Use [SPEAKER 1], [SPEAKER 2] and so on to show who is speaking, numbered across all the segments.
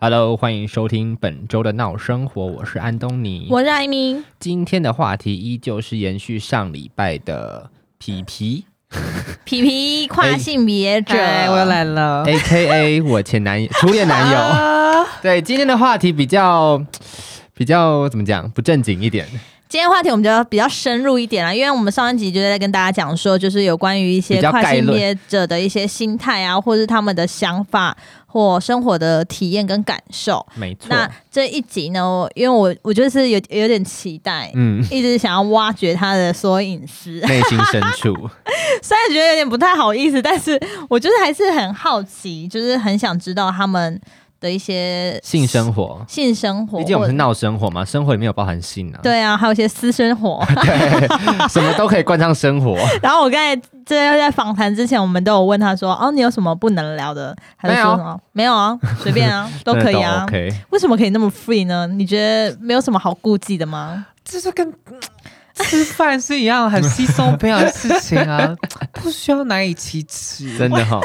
[SPEAKER 1] Hello，欢迎收听本周的闹生活，我是安东尼。
[SPEAKER 2] 我是艾米，
[SPEAKER 1] 今天的话题依旧是延续上礼拜的皮皮
[SPEAKER 2] 皮皮跨性别者，
[SPEAKER 1] 哎
[SPEAKER 3] 嗨，我又来了。
[SPEAKER 1] ，A K A 我前男友、初恋男友。
[SPEAKER 3] 啊
[SPEAKER 1] 对，今天的话题比较比较怎么讲，不正经一点。
[SPEAKER 2] 今天话题我们就要比较深入一点啦，因为我们上一集就在跟大家讲说，就是有关于一些
[SPEAKER 1] 比较
[SPEAKER 2] 跨
[SPEAKER 1] 概
[SPEAKER 2] 性
[SPEAKER 1] 论
[SPEAKER 2] 别者的一些心态啊，或是他们的想法或生活的体验跟感受。
[SPEAKER 1] 没错，
[SPEAKER 2] 那这一集呢，我因为我我就是有有点期待，
[SPEAKER 1] 嗯，
[SPEAKER 2] 一直想要挖掘他的所有隐私，
[SPEAKER 1] 内心深处，
[SPEAKER 2] 虽然觉得有点不太好意思，但是我就是还是很好奇，就是很想知道他们的一些
[SPEAKER 1] 性生活，
[SPEAKER 2] 性生活，
[SPEAKER 1] 毕竟我
[SPEAKER 2] 或
[SPEAKER 1] 们是闹生活嘛，生活里面有包含性啊，
[SPEAKER 2] 对啊，还有一些私生 活。
[SPEAKER 1] 对，什么都可以冠上生活。
[SPEAKER 2] 然后我刚才在在访谈之前，我们都有问他说：“哦，你有什么不能聊的？”他就
[SPEAKER 1] 没有
[SPEAKER 2] 说什么：“没有啊，随 便啊，都可以啊。
[SPEAKER 1] OK，
[SPEAKER 2] 为什么可以那么 free 呢？你觉得没有什么好顾忌 的吗
[SPEAKER 3] 这就跟嗯吃饭是一样很稀松平常的事情 啊，不需要难以启齿。
[SPEAKER 1] 真的哈、哦，？”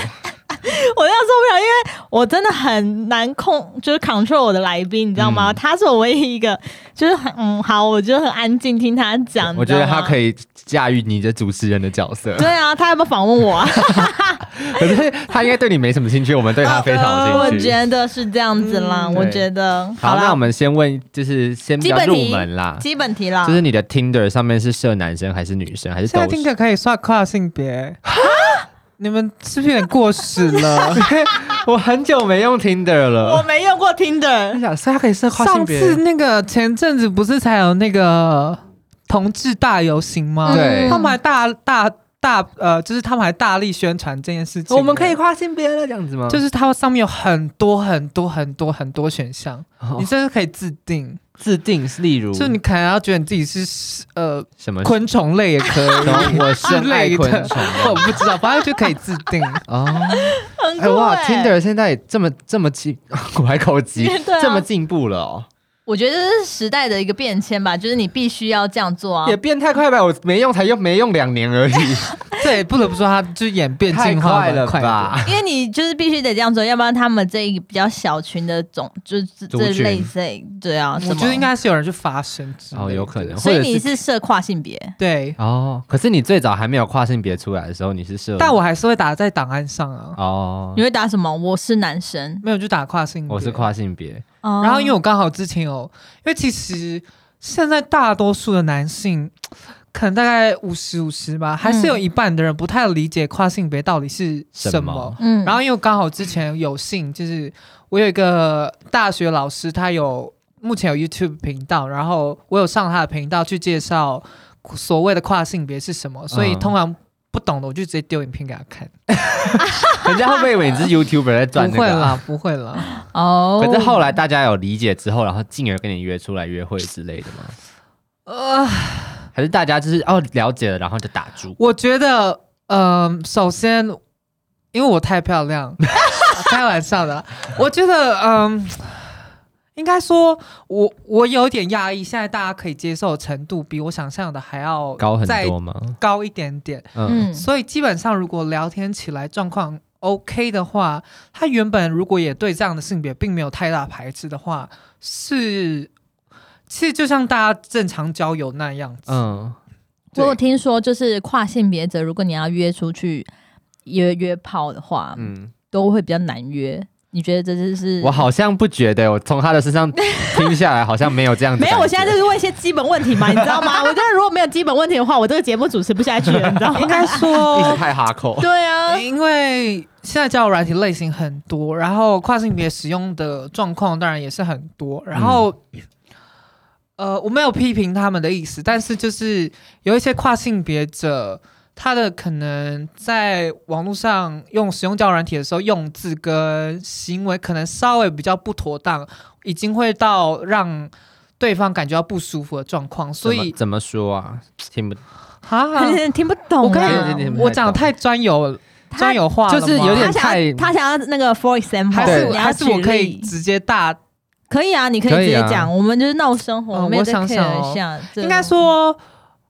[SPEAKER 2] 我这样受不了，因为我真的很难控，就是 control 我的来宾，你知道吗？
[SPEAKER 1] 嗯
[SPEAKER 2] 他是我唯一一个，就是很嗯好，我就很安静听他讲。
[SPEAKER 1] 我觉得他可
[SPEAKER 2] 以。
[SPEAKER 1] 以驾驭你的主持人的角色，
[SPEAKER 2] 对啊，他要不要访问我啊？
[SPEAKER 1] 可是他应该对你没什么兴趣，我 们对他非常有
[SPEAKER 2] 呃 我
[SPEAKER 1] 兴趣。
[SPEAKER 2] 觉得是这样子啦，
[SPEAKER 3] 嗯
[SPEAKER 2] 我
[SPEAKER 1] 对
[SPEAKER 2] 觉得
[SPEAKER 1] 好，
[SPEAKER 2] 啦，
[SPEAKER 1] 那我们先问，就是先比
[SPEAKER 2] 基
[SPEAKER 1] 较
[SPEAKER 2] 本
[SPEAKER 1] 入
[SPEAKER 2] 题
[SPEAKER 1] 门啦，
[SPEAKER 2] 基本题啦，
[SPEAKER 1] 就是你的 Tinder 上面是设男生还是女生还是
[SPEAKER 3] 现在
[SPEAKER 1] 都
[SPEAKER 3] 听
[SPEAKER 1] 是？
[SPEAKER 3] 着可以算跨性别，你们是不是有点过时 了？
[SPEAKER 1] 我很久没用 Tinder
[SPEAKER 2] 我
[SPEAKER 1] 了，
[SPEAKER 2] 没用过 Tinder，
[SPEAKER 1] 想所以他可以设跨性
[SPEAKER 3] 上
[SPEAKER 1] 别。
[SPEAKER 3] 次那个前阵子不是才有那个同志大游行吗？
[SPEAKER 2] 嗯
[SPEAKER 1] 对哎
[SPEAKER 3] 他们还大大大呃，就是他们还大力宣传这件事情。
[SPEAKER 1] 我们可以。跨性别了，这样子吗？
[SPEAKER 3] 就是它上面有很多很多很多很多选项，
[SPEAKER 1] 哦
[SPEAKER 3] 你真的可以自定，
[SPEAKER 1] 制定，例如
[SPEAKER 3] 就你可能要觉得你自己是呃
[SPEAKER 1] 什么
[SPEAKER 3] 昆虫类也可以，
[SPEAKER 1] 什么我
[SPEAKER 3] 之
[SPEAKER 1] 深爱
[SPEAKER 3] 类
[SPEAKER 1] 昆
[SPEAKER 3] 的
[SPEAKER 1] 虫，啊
[SPEAKER 3] 我不知道，反正就可以自定。
[SPEAKER 1] 哦，
[SPEAKER 2] 很
[SPEAKER 1] 哎
[SPEAKER 2] 酷
[SPEAKER 1] 哇
[SPEAKER 2] 哎、
[SPEAKER 1] ，Tinder 现在这么这么进， 我还口急
[SPEAKER 2] 对啊，
[SPEAKER 1] 这么进步了哦，
[SPEAKER 2] 我觉得这是时代的一个变迁吧，就是你必须要这样做啊
[SPEAKER 1] 也。变太快吧？我没用才用没用两年而已，
[SPEAKER 3] 对，不得不说，它就演变
[SPEAKER 1] 太
[SPEAKER 3] 进化
[SPEAKER 1] 快
[SPEAKER 3] 得
[SPEAKER 1] 了
[SPEAKER 3] 蛮快的。
[SPEAKER 1] 吧？
[SPEAKER 2] 因为你就是必须得这样做，要不然他们这一比较小群的种，就是这
[SPEAKER 1] 族
[SPEAKER 2] 这
[SPEAKER 1] 群
[SPEAKER 2] 类这对啊，什
[SPEAKER 3] 我
[SPEAKER 2] 么
[SPEAKER 3] 觉得应，该是有人去发声之类的
[SPEAKER 1] 哦，有可能，
[SPEAKER 2] 所以
[SPEAKER 1] 或者
[SPEAKER 2] 你
[SPEAKER 1] 是
[SPEAKER 2] 是社跨性别，
[SPEAKER 3] 对，
[SPEAKER 1] 哦，可是你最早还没有跨性别出来的时候，你是社，
[SPEAKER 3] 但我还是会打在档案上啊，
[SPEAKER 1] 哦
[SPEAKER 2] 你，会打什么？我是男生，
[SPEAKER 3] 没有就打跨
[SPEAKER 2] 嗯
[SPEAKER 3] 性别。
[SPEAKER 1] 我是，跨性别，
[SPEAKER 2] 哦
[SPEAKER 3] 然后因为我刚好之前有，因为其实现在大多数的男性。可能大概五十五十吧，
[SPEAKER 2] 嗯
[SPEAKER 3] 还是有一半的人不太理解跨性别到底是什么。
[SPEAKER 1] 什么
[SPEAKER 2] 嗯
[SPEAKER 3] 然后因为刚好之前有幸，就是我有一个大学老师，他有目前有 YouTube 频道，然后我有上他的频道去介绍所谓的跨性别是什么，所以
[SPEAKER 1] 嗯
[SPEAKER 3] 通常不懂的我就直接丢影片给他看。
[SPEAKER 1] 人家会不会以 为你是 YouTuber 在赚
[SPEAKER 3] 不
[SPEAKER 1] 那
[SPEAKER 3] 会
[SPEAKER 1] 个啊？
[SPEAKER 3] 啦， 不会啦，
[SPEAKER 2] 哦，
[SPEAKER 1] 可是后来大家有理解之后，然后进而跟你约出来约会之类的吗？
[SPEAKER 3] 呃，
[SPEAKER 1] 还是大家就是哦了解了，然后就打住？
[SPEAKER 3] 我觉得，嗯、首先因为我太漂亮， 开玩笑的啦，我觉得，嗯、应该说，我我有点压抑，现在大家可以接受的程度比我想象的还要
[SPEAKER 1] 高很
[SPEAKER 3] 再
[SPEAKER 1] 多吗？
[SPEAKER 3] 高一点点，
[SPEAKER 1] 嗯，
[SPEAKER 2] 嗯
[SPEAKER 3] 所以基本上如果聊天起来状况 OK 的话，他原本如果也对这样的性别并没有太大排斥的话，是其实就像大家正常交友那样子，
[SPEAKER 1] 嗯，
[SPEAKER 2] 我有听说就是跨性别者，如果你要约出去约约炮的话，
[SPEAKER 1] 嗯，
[SPEAKER 2] 都会比较难约。你觉得这就是
[SPEAKER 1] 我好像不觉得，我从他的身上听下来，好像没有这样 子。
[SPEAKER 2] 没有，我现在就是问一些基本问题嘛，你知道吗？我觉得如果没有基本问题的话，我这个节目主持不下去了，你知道吗？
[SPEAKER 3] 应该哎
[SPEAKER 1] 一直
[SPEAKER 3] 说。
[SPEAKER 1] 太哈口。
[SPEAKER 2] 对啊，
[SPEAKER 3] 因为现在交友软体类型很多，然后跨性别使用的状况当然也是很多。然后，呃，我没有批评他们的意思，但是就是有一些跨性别者，他的可能在网络上用使用交友软体的时候，用字跟行为可能稍微比较不妥当，已经会到让对方感觉到不舒服的状况。所
[SPEAKER 1] 怎么
[SPEAKER 3] 以
[SPEAKER 1] 怎么说啊？听不
[SPEAKER 3] 啊，
[SPEAKER 2] 听不懂
[SPEAKER 3] 我刚
[SPEAKER 1] 才
[SPEAKER 2] 啊
[SPEAKER 1] 你。们
[SPEAKER 3] 我讲太专有专有化了吗，
[SPEAKER 1] 就是有点
[SPEAKER 2] 他想
[SPEAKER 1] 太
[SPEAKER 2] 要，他想要那个，for example，
[SPEAKER 1] 嗯
[SPEAKER 3] 还
[SPEAKER 1] 对
[SPEAKER 3] 是
[SPEAKER 2] 你要
[SPEAKER 3] 还是我
[SPEAKER 2] 举
[SPEAKER 3] 可以
[SPEAKER 2] 例
[SPEAKER 3] 直接大，
[SPEAKER 2] 可以啊，你可
[SPEAKER 1] 可
[SPEAKER 2] 以
[SPEAKER 1] 以
[SPEAKER 2] 直接
[SPEAKER 1] 啊
[SPEAKER 2] 讲，我们就是闹生活，
[SPEAKER 3] 嗯
[SPEAKER 2] 没有
[SPEAKER 3] 我
[SPEAKER 2] 再
[SPEAKER 3] 想
[SPEAKER 2] care
[SPEAKER 3] 想哦
[SPEAKER 2] 一下啊这
[SPEAKER 3] 应该
[SPEAKER 2] 种
[SPEAKER 3] 说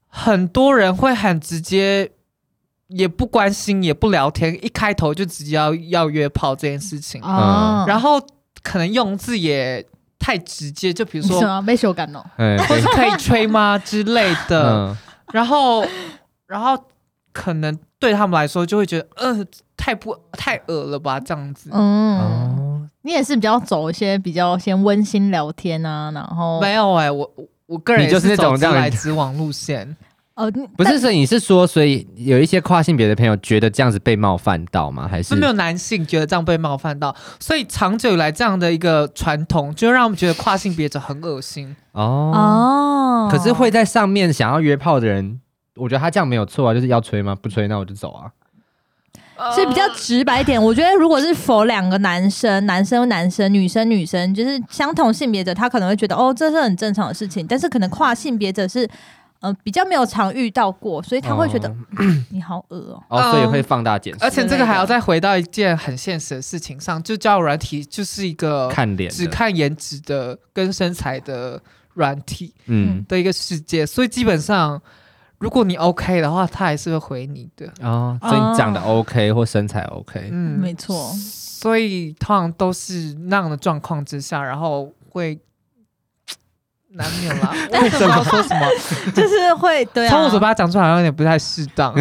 [SPEAKER 3] 很多人会很直接，也不
[SPEAKER 1] 嗯
[SPEAKER 3] 关心，也不聊天，一开头就直接要要约炮这件事情。
[SPEAKER 2] 哦，
[SPEAKER 3] 然
[SPEAKER 2] 后
[SPEAKER 3] 后可能用字也太直接，就比如
[SPEAKER 4] 你什
[SPEAKER 2] 啊
[SPEAKER 3] 说
[SPEAKER 4] 么被修改哦？
[SPEAKER 1] 哎，
[SPEAKER 3] 或
[SPEAKER 1] 对
[SPEAKER 3] 是可以吹吗之类的，
[SPEAKER 1] 嗯，
[SPEAKER 3] 然后然后可能对他们来说就会觉得，呃，太不太恶了吧这样子。
[SPEAKER 4] 嗯，
[SPEAKER 1] 哦，
[SPEAKER 4] 你也是比较走一些比较先温馨聊天啊，然后
[SPEAKER 3] 没有哎、我我我个人
[SPEAKER 1] 你就是
[SPEAKER 3] 也
[SPEAKER 1] 那种
[SPEAKER 3] 走直
[SPEAKER 1] 让人
[SPEAKER 3] 来直往路线，
[SPEAKER 4] 哦，
[SPEAKER 1] 不是说你是说，所以有一些跨性别的朋友觉得这样子被冒犯到吗？还是
[SPEAKER 3] 是没有男性觉得这样被冒犯到，所以长久以来这样的一个传统，就让我们觉得跨性别者很恶心。
[SPEAKER 1] 哦？
[SPEAKER 2] 哦
[SPEAKER 1] 可是会在上面想要约炮的人，我觉得他这样没有错啊，就是要吹吗？不吹那我就走啊。
[SPEAKER 2] 所以比较直白一点，我觉得如果是否两个男生，男生男生，女生女生，就是相同性别者，他可能会觉得哦，这是很正常的事情。但是可能跨性别者是，呃，比较没有常遇到过，所以他会觉得、
[SPEAKER 1] 哦
[SPEAKER 2] 你好恶哦、
[SPEAKER 1] 哦，所以会放大检视，
[SPEAKER 3] 而且这个还要再回到一件很现实的事情上，就交友软体就是一个
[SPEAKER 1] 看脸的，
[SPEAKER 3] 只看颜值的跟身材的软体
[SPEAKER 1] 嗯
[SPEAKER 3] 的一个世界，所以基本上如果你 OK 的话，他还是会回你的。
[SPEAKER 1] 哦，所以你长得 OK 或身材 OK，
[SPEAKER 3] 嗯，
[SPEAKER 4] 没错
[SPEAKER 3] 所以通常都是那样的状况之下，然后会难免 啦。我也不知道说什么，
[SPEAKER 2] 就是会对啊，
[SPEAKER 3] 从我嘴巴讲出来好像有点不太适 当。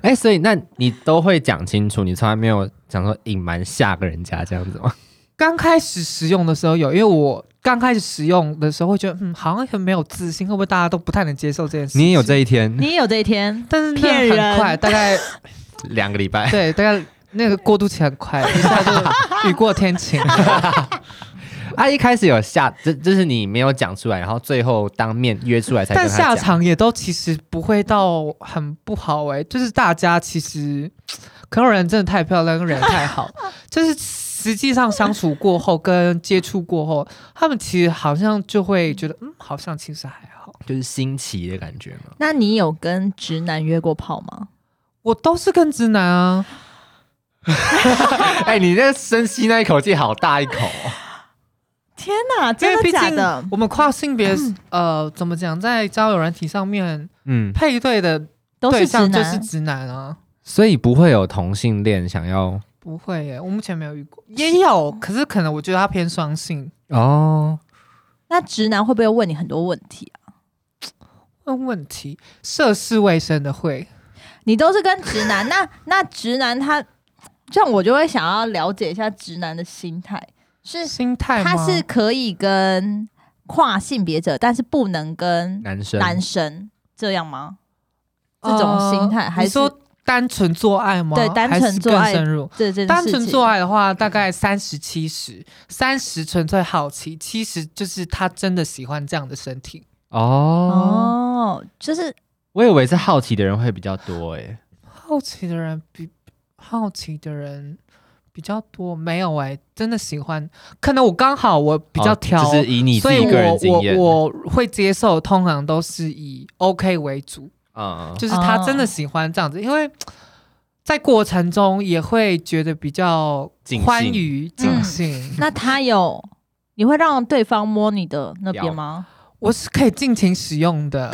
[SPEAKER 1] 哎、所以那你都会讲清楚，你从来没有讲说隐瞒吓个人家这样子吗？
[SPEAKER 3] 刚开始使用的时候有，因为我刚开始使用的时候会觉得，嗯，好像很没有自信，会不会大家都不太能接受这件事 情？
[SPEAKER 1] 你也有这，一天，
[SPEAKER 2] 你也有这一天，
[SPEAKER 3] 但是那
[SPEAKER 2] 骗人
[SPEAKER 3] 很快，大概
[SPEAKER 1] 两个礼 拜
[SPEAKER 3] 对，大概那个过渡期很快，一下就雨过天 晴。
[SPEAKER 1] 啊，一开始有吓，这这是你没有讲出来，然后最后当面约出来才跟
[SPEAKER 3] 但
[SPEAKER 1] 他讲。
[SPEAKER 3] 下场也都其实不会到很不好哎、就是大家其实可能有人真的太漂亮，跟人太好， 就是实际上相处过后跟接触过后，他们其实好像就会觉得，嗯，好像其实还好。
[SPEAKER 1] 就是新奇的感觉嘛。
[SPEAKER 2] 那你有跟直男约过炮吗？
[SPEAKER 3] 我都是跟直男啊，
[SPEAKER 1] 哎、你那深吸那一口气好大一口、哦
[SPEAKER 2] 天哪，
[SPEAKER 3] 因
[SPEAKER 2] 真
[SPEAKER 3] 为
[SPEAKER 2] 的
[SPEAKER 3] 毕
[SPEAKER 2] 假
[SPEAKER 3] 竟
[SPEAKER 2] 的？嗯
[SPEAKER 3] 我们跨性别，呃，怎么讲，在交友软体上面
[SPEAKER 1] 嗯，
[SPEAKER 3] 配对的
[SPEAKER 2] 都
[SPEAKER 3] 对
[SPEAKER 2] 是直
[SPEAKER 3] 象就
[SPEAKER 2] 男，
[SPEAKER 3] 是直男啊，
[SPEAKER 1] 所以不会有同性恋想要
[SPEAKER 3] 不会耶，我目前没有遇过，也有，可是可能我觉得他偏双性，
[SPEAKER 1] 哦，
[SPEAKER 2] 那直男会不会问你很多问题啊？
[SPEAKER 3] 问问题，涉世未深的会，
[SPEAKER 2] 你都是跟直男，那 那直男他，这样我就会想要了解一下直男的心态，是
[SPEAKER 3] 心态吗
[SPEAKER 2] 他是可以跟跨性别者，但是不能跟
[SPEAKER 1] 男生
[SPEAKER 2] 男生这样吗？这种心态
[SPEAKER 3] 呃
[SPEAKER 2] 还
[SPEAKER 3] 你
[SPEAKER 2] 是
[SPEAKER 3] 说单纯做爱吗？
[SPEAKER 2] 对单纯
[SPEAKER 3] 还是
[SPEAKER 2] 做爱
[SPEAKER 3] 更深入。
[SPEAKER 2] 这这件
[SPEAKER 3] 单
[SPEAKER 2] 事
[SPEAKER 3] 纯
[SPEAKER 2] 情
[SPEAKER 3] 做爱的话，大概三十七十，三十纯粹好奇，七十就是他真的喜欢这样的身体。
[SPEAKER 1] 哦，
[SPEAKER 2] 哦，就是
[SPEAKER 1] 我以为是好奇的人会比较多哎、
[SPEAKER 3] 好奇的人比好奇的人比较多，没有哎、真的喜欢，可能我刚好我比较
[SPEAKER 1] 哦
[SPEAKER 3] 挑，
[SPEAKER 1] 就是以你自
[SPEAKER 3] 所以
[SPEAKER 1] 己个人
[SPEAKER 3] 我
[SPEAKER 1] 经验，
[SPEAKER 3] 我我会接受，通常都是以 OK 为主。
[SPEAKER 1] 嗯，
[SPEAKER 3] 就是他真的喜欢这样子，因为在过程中也会觉得比较
[SPEAKER 1] 尽兴
[SPEAKER 3] 欢愉尽
[SPEAKER 2] 嗯
[SPEAKER 3] 兴。
[SPEAKER 2] 那他有，你会让对方摸你的那边吗？
[SPEAKER 3] 我是可以尽情使 用的，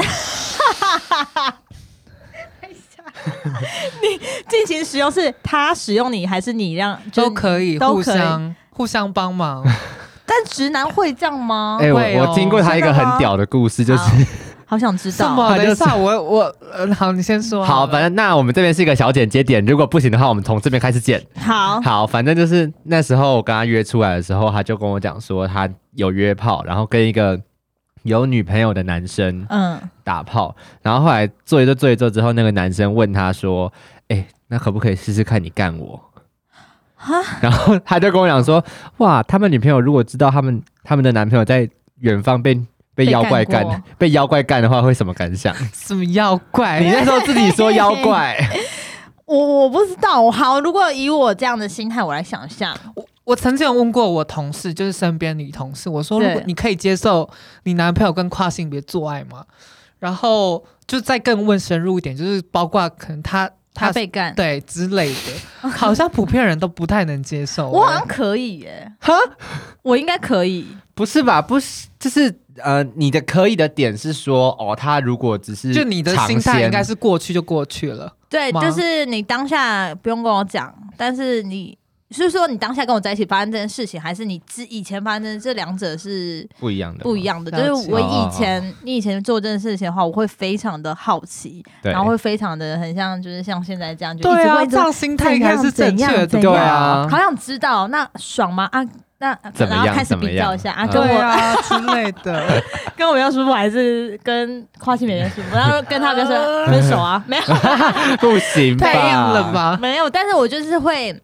[SPEAKER 2] 进行使用是他使用你，还是你让
[SPEAKER 3] 都可以
[SPEAKER 2] 都
[SPEAKER 3] 互
[SPEAKER 2] 可以
[SPEAKER 3] 相互相帮 忙。
[SPEAKER 2] 以？但直男会这样吗？
[SPEAKER 1] 哎、
[SPEAKER 3] 会
[SPEAKER 1] 我
[SPEAKER 3] 哦
[SPEAKER 1] 我听过他一个
[SPEAKER 2] 真的吗
[SPEAKER 1] 很屌的故事，就是
[SPEAKER 2] 好好想知
[SPEAKER 3] 什
[SPEAKER 2] 道。
[SPEAKER 3] 么？
[SPEAKER 1] 他就
[SPEAKER 3] 等一
[SPEAKER 1] 是
[SPEAKER 3] 下，我我呃好，你先 说
[SPEAKER 1] 好，
[SPEAKER 3] 了
[SPEAKER 1] 反正那我们这边是一个小剪接点，如果不行的话，我们从这边开始剪。
[SPEAKER 2] 好，
[SPEAKER 1] 好，反正就是那时候我跟他约出来的时候，他就跟我讲说他有约炮，然后跟一个有女朋友的男生
[SPEAKER 2] 嗯，
[SPEAKER 1] 打炮，然后后来做一做做一做之后，那个男生问他说：“哎、那可不可以试试看你干我？”然后他就跟我讲说：“哇，他们女朋友如果知道他们他们的男朋友在远方被被
[SPEAKER 2] 被
[SPEAKER 1] 妖
[SPEAKER 2] 干
[SPEAKER 1] 怪
[SPEAKER 2] 过
[SPEAKER 1] 干被妖怪干的话，会什么感想？
[SPEAKER 3] 什么妖怪？
[SPEAKER 1] 哎你那时候自己说妖怪，
[SPEAKER 2] 我我不知道。好，如果以我这样的心态，我来想一下。
[SPEAKER 3] 我曾经有问过我同事，就是身边女同事，我说：“如果
[SPEAKER 2] 对
[SPEAKER 3] 你可以接受你男朋友跟跨性别做爱吗？”然后就再更问深入一点，就是包括可能他
[SPEAKER 2] 他
[SPEAKER 3] 他
[SPEAKER 2] 被干，
[SPEAKER 3] 对之类的，好像普遍人都不太能接受。
[SPEAKER 2] 我好像可以耶、
[SPEAKER 1] 哈，
[SPEAKER 2] 我应该可以。
[SPEAKER 1] 不是吧？不是，就是呃，你的可以的点是说，哦，他如果只是
[SPEAKER 3] 就你的心
[SPEAKER 1] 尝
[SPEAKER 3] 态
[SPEAKER 1] 鲜
[SPEAKER 3] 应该是过去就过去了，
[SPEAKER 2] 对，
[SPEAKER 3] 吗
[SPEAKER 2] 就是你当下不用跟我讲，但是你是说你当下跟我在一起发生这件事情，还是你之以前发生的这两者是
[SPEAKER 1] 不一样的吗，
[SPEAKER 2] 不一样的？
[SPEAKER 3] 了解
[SPEAKER 2] 就是我以前你以前做这件事情的话，我会非常的好奇，
[SPEAKER 1] 对，
[SPEAKER 2] 然后会非常的很像就是像现在这样，就一
[SPEAKER 3] 对
[SPEAKER 2] 直
[SPEAKER 3] 啊，
[SPEAKER 2] 问
[SPEAKER 3] 这
[SPEAKER 2] 这
[SPEAKER 3] 样心态应该是正
[SPEAKER 2] 怎样
[SPEAKER 3] 确的，
[SPEAKER 2] 怎
[SPEAKER 1] 对
[SPEAKER 2] 样
[SPEAKER 1] 啊，
[SPEAKER 2] 好想知道那爽吗？啊，那
[SPEAKER 1] 怎么样
[SPEAKER 2] 然后开始
[SPEAKER 1] 怎么
[SPEAKER 2] 比较
[SPEAKER 1] 样
[SPEAKER 2] 一下啊，
[SPEAKER 1] 嗯
[SPEAKER 2] 跟
[SPEAKER 3] 对
[SPEAKER 2] 我
[SPEAKER 3] 啊之类的。
[SPEAKER 2] 跟我比较舒服，还是跟跨性别人舒服？然后跟他比较舒 服，分手啊？没有。
[SPEAKER 1] 不行吧，
[SPEAKER 3] 太硬了？吧？
[SPEAKER 2] 没有，但是我就是会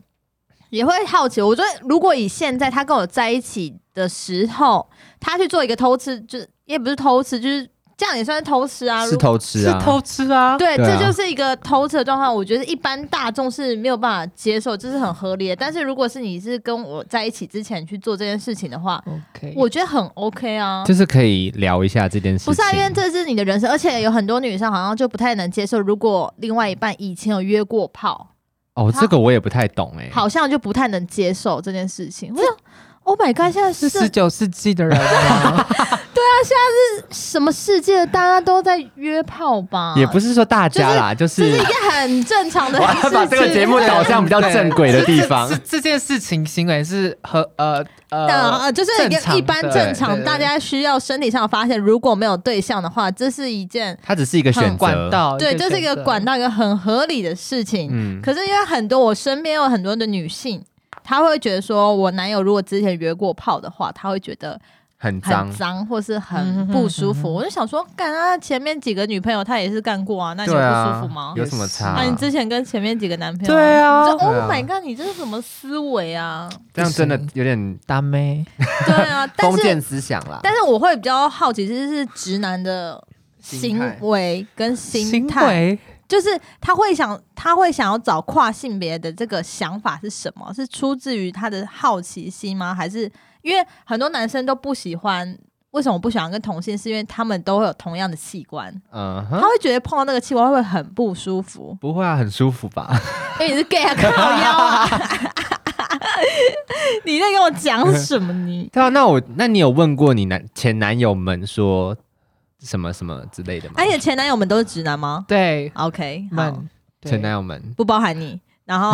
[SPEAKER 2] 也会好奇。我觉得如果以现在他跟我在一起的时候，他去做一个偷吃，就是也不是偷吃，就是这样也算是偷吃啊。
[SPEAKER 1] 是
[SPEAKER 2] 如
[SPEAKER 1] 偷吃
[SPEAKER 3] 是
[SPEAKER 1] 啊，
[SPEAKER 3] 偷吃啊？
[SPEAKER 2] 对，
[SPEAKER 1] 对啊
[SPEAKER 2] 这就是一个偷吃的状况。我觉得一般大众是没有办法接受，这是很合理的。但是如果是你是跟我在一起之前去做这件事情的话，
[SPEAKER 3] ，OK，
[SPEAKER 2] 我觉得很 OK 啊。
[SPEAKER 1] 就是可以聊一下这件事情。
[SPEAKER 2] 不是啊，因为这是你的人生，而且有很多女生好像就不太能接受，如果另外一半以前有约过炮，
[SPEAKER 1] 哦，这个我也不太懂哎、
[SPEAKER 2] 好像就不太能接受这件事情。我想，Oh my god！现在
[SPEAKER 3] 是
[SPEAKER 2] 是
[SPEAKER 3] 十九世纪的人吗？
[SPEAKER 2] 什么世界？大家都在约炮吧？
[SPEAKER 1] 也不是说大家啦，就
[SPEAKER 2] 这
[SPEAKER 1] 是
[SPEAKER 2] 是一个很正 常的
[SPEAKER 1] 我
[SPEAKER 2] 事
[SPEAKER 1] 要
[SPEAKER 2] 情。
[SPEAKER 1] 把这个节目导向比较正轨的地方
[SPEAKER 3] 这。这这件事情行为是和呃
[SPEAKER 2] 那
[SPEAKER 3] 呃
[SPEAKER 2] 呃，就是一
[SPEAKER 3] 正常
[SPEAKER 2] 个
[SPEAKER 3] 的
[SPEAKER 2] 一般正
[SPEAKER 3] 对
[SPEAKER 2] 常，
[SPEAKER 3] 对
[SPEAKER 2] 大家需要身体上的发现，如果没有对象的话，这是一件
[SPEAKER 1] 它只是一个选择，
[SPEAKER 3] 管
[SPEAKER 1] 哦
[SPEAKER 3] 道，
[SPEAKER 2] 对，这是一个
[SPEAKER 3] 选择
[SPEAKER 2] 管。道一个很合理的事情。
[SPEAKER 1] 嗯，
[SPEAKER 2] 可是因为很多我身边有很多的女性，她会觉得说，我男友如果之前约过炮的话，她会觉得
[SPEAKER 1] 很脏
[SPEAKER 2] 很，脏或是很不舒服。我就想说，干啊，前面几个女朋友她也是干过啊，那你
[SPEAKER 1] 对
[SPEAKER 2] 有
[SPEAKER 1] 啊，
[SPEAKER 2] 不舒服吗？
[SPEAKER 1] 有什么差？
[SPEAKER 2] 啊你之前跟前面几个男朋友，
[SPEAKER 3] 对啊
[SPEAKER 2] 你就，Oh
[SPEAKER 1] 对啊
[SPEAKER 2] my god，你这是什么思 维啊？
[SPEAKER 1] 这样真的有点
[SPEAKER 3] 大妹，
[SPEAKER 2] 对啊，但
[SPEAKER 1] 封建
[SPEAKER 2] 是
[SPEAKER 1] 思想啦。
[SPEAKER 2] 但是我会比较好奇，就是直男的
[SPEAKER 1] 心
[SPEAKER 2] 行
[SPEAKER 1] 态
[SPEAKER 2] 为跟心
[SPEAKER 3] 行
[SPEAKER 2] 态，
[SPEAKER 3] 为
[SPEAKER 2] 就是他会想他会想要找跨性别的这个想法是什么？是出自于他的好奇心吗？还是因为很多男生都不喜欢？为什么不喜欢跟同性？是因为他们都会有同样的器官，
[SPEAKER 1] 嗯
[SPEAKER 2] 他
[SPEAKER 1] 哼，
[SPEAKER 2] 会觉得碰到那个器官会很不舒服。
[SPEAKER 1] 不会啊，很舒服吧？
[SPEAKER 2] 因为你是 gay 啊，靠腰啊！ 你在跟我讲什么你？
[SPEAKER 1] 对啊，那我那你有问过你男前男友们说什么什么之类的吗？
[SPEAKER 2] 而且啊前男友们都是直男吗
[SPEAKER 3] 对
[SPEAKER 2] ？OK，好，
[SPEAKER 3] 们
[SPEAKER 1] 前男友 们，
[SPEAKER 2] 不包含你。然后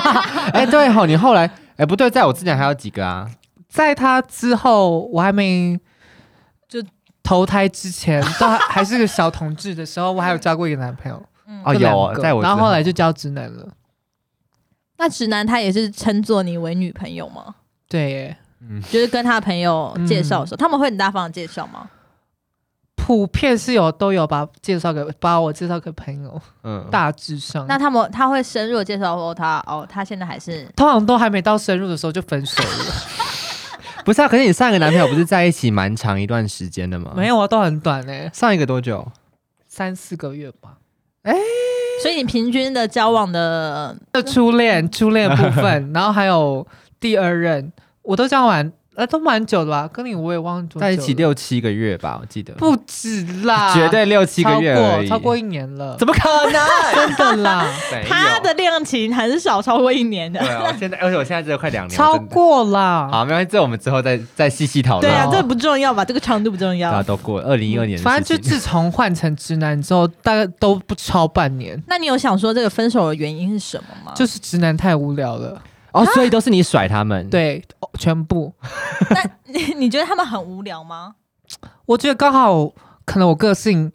[SPEAKER 1] 哎，对吼，你后来哎不对，在我之前还有几个啊，
[SPEAKER 3] 在他之后，我还没就投胎之前， 都还还是个小同志的时候，我还有交过一个男朋友，
[SPEAKER 1] 哦
[SPEAKER 2] 嗯
[SPEAKER 3] 就
[SPEAKER 1] 有
[SPEAKER 3] 两
[SPEAKER 1] 哦，
[SPEAKER 3] 个
[SPEAKER 1] 在我之
[SPEAKER 3] 然后后来就交直男了。
[SPEAKER 2] 那直男他也是称作你为女朋友吗？
[SPEAKER 3] 对耶，
[SPEAKER 2] 就是跟他朋友介绍的时候，他们会很大方的介绍吗？
[SPEAKER 3] 普遍是有都有把介绍给把我介绍给朋友，
[SPEAKER 1] 嗯
[SPEAKER 3] 大致上。
[SPEAKER 2] 那他们他会深入的介绍说他哦，他现在还是
[SPEAKER 3] 通常都还没到深入的时候就分手了，
[SPEAKER 1] 不是啊，可是你上一个男朋友不是在一起蛮长一段时间的吗？
[SPEAKER 3] 没，有啊，都很短哎、
[SPEAKER 1] 上一个多久？
[SPEAKER 3] 三四个月吧。
[SPEAKER 2] 所以你平均的交往的
[SPEAKER 3] 就初 恋，初恋部分，然后还有第二任，我都交完，呃，都蛮久的吧？跟你我也忘了多久了
[SPEAKER 1] 在一起六七个月吧，我记得，
[SPEAKER 3] 不止啦，
[SPEAKER 1] 绝对六七个月
[SPEAKER 3] 超
[SPEAKER 1] 而
[SPEAKER 3] 过
[SPEAKER 1] 已，
[SPEAKER 3] 超过一年了，
[SPEAKER 1] 怎么可能？
[SPEAKER 3] 真的 啦？
[SPEAKER 1] 没有
[SPEAKER 2] 他的恋情很少超过一年的
[SPEAKER 1] 对。啊，我现在而且我现在这个快两年，
[SPEAKER 3] 超
[SPEAKER 1] 我真的
[SPEAKER 3] 过啦。
[SPEAKER 1] 好，没关系，这我们之后再再细细讨论。
[SPEAKER 2] 对啊，啊
[SPEAKER 1] 好
[SPEAKER 2] 这不重要吧？这个长度不重
[SPEAKER 1] 大
[SPEAKER 2] 要
[SPEAKER 1] 家。都过二零一二年的事情，
[SPEAKER 3] 反正就自从换成直男之后，大概都不超半年，
[SPEAKER 2] 那你有想说这个分手的原因是什么
[SPEAKER 1] 啊
[SPEAKER 2] 吗？
[SPEAKER 3] 就是直男太无聊了。
[SPEAKER 1] 哦，所以都是你甩他们，，
[SPEAKER 3] 对，哦全部，
[SPEAKER 2] 你你觉得他们很无聊吗？
[SPEAKER 3] 我觉得刚好可能我个性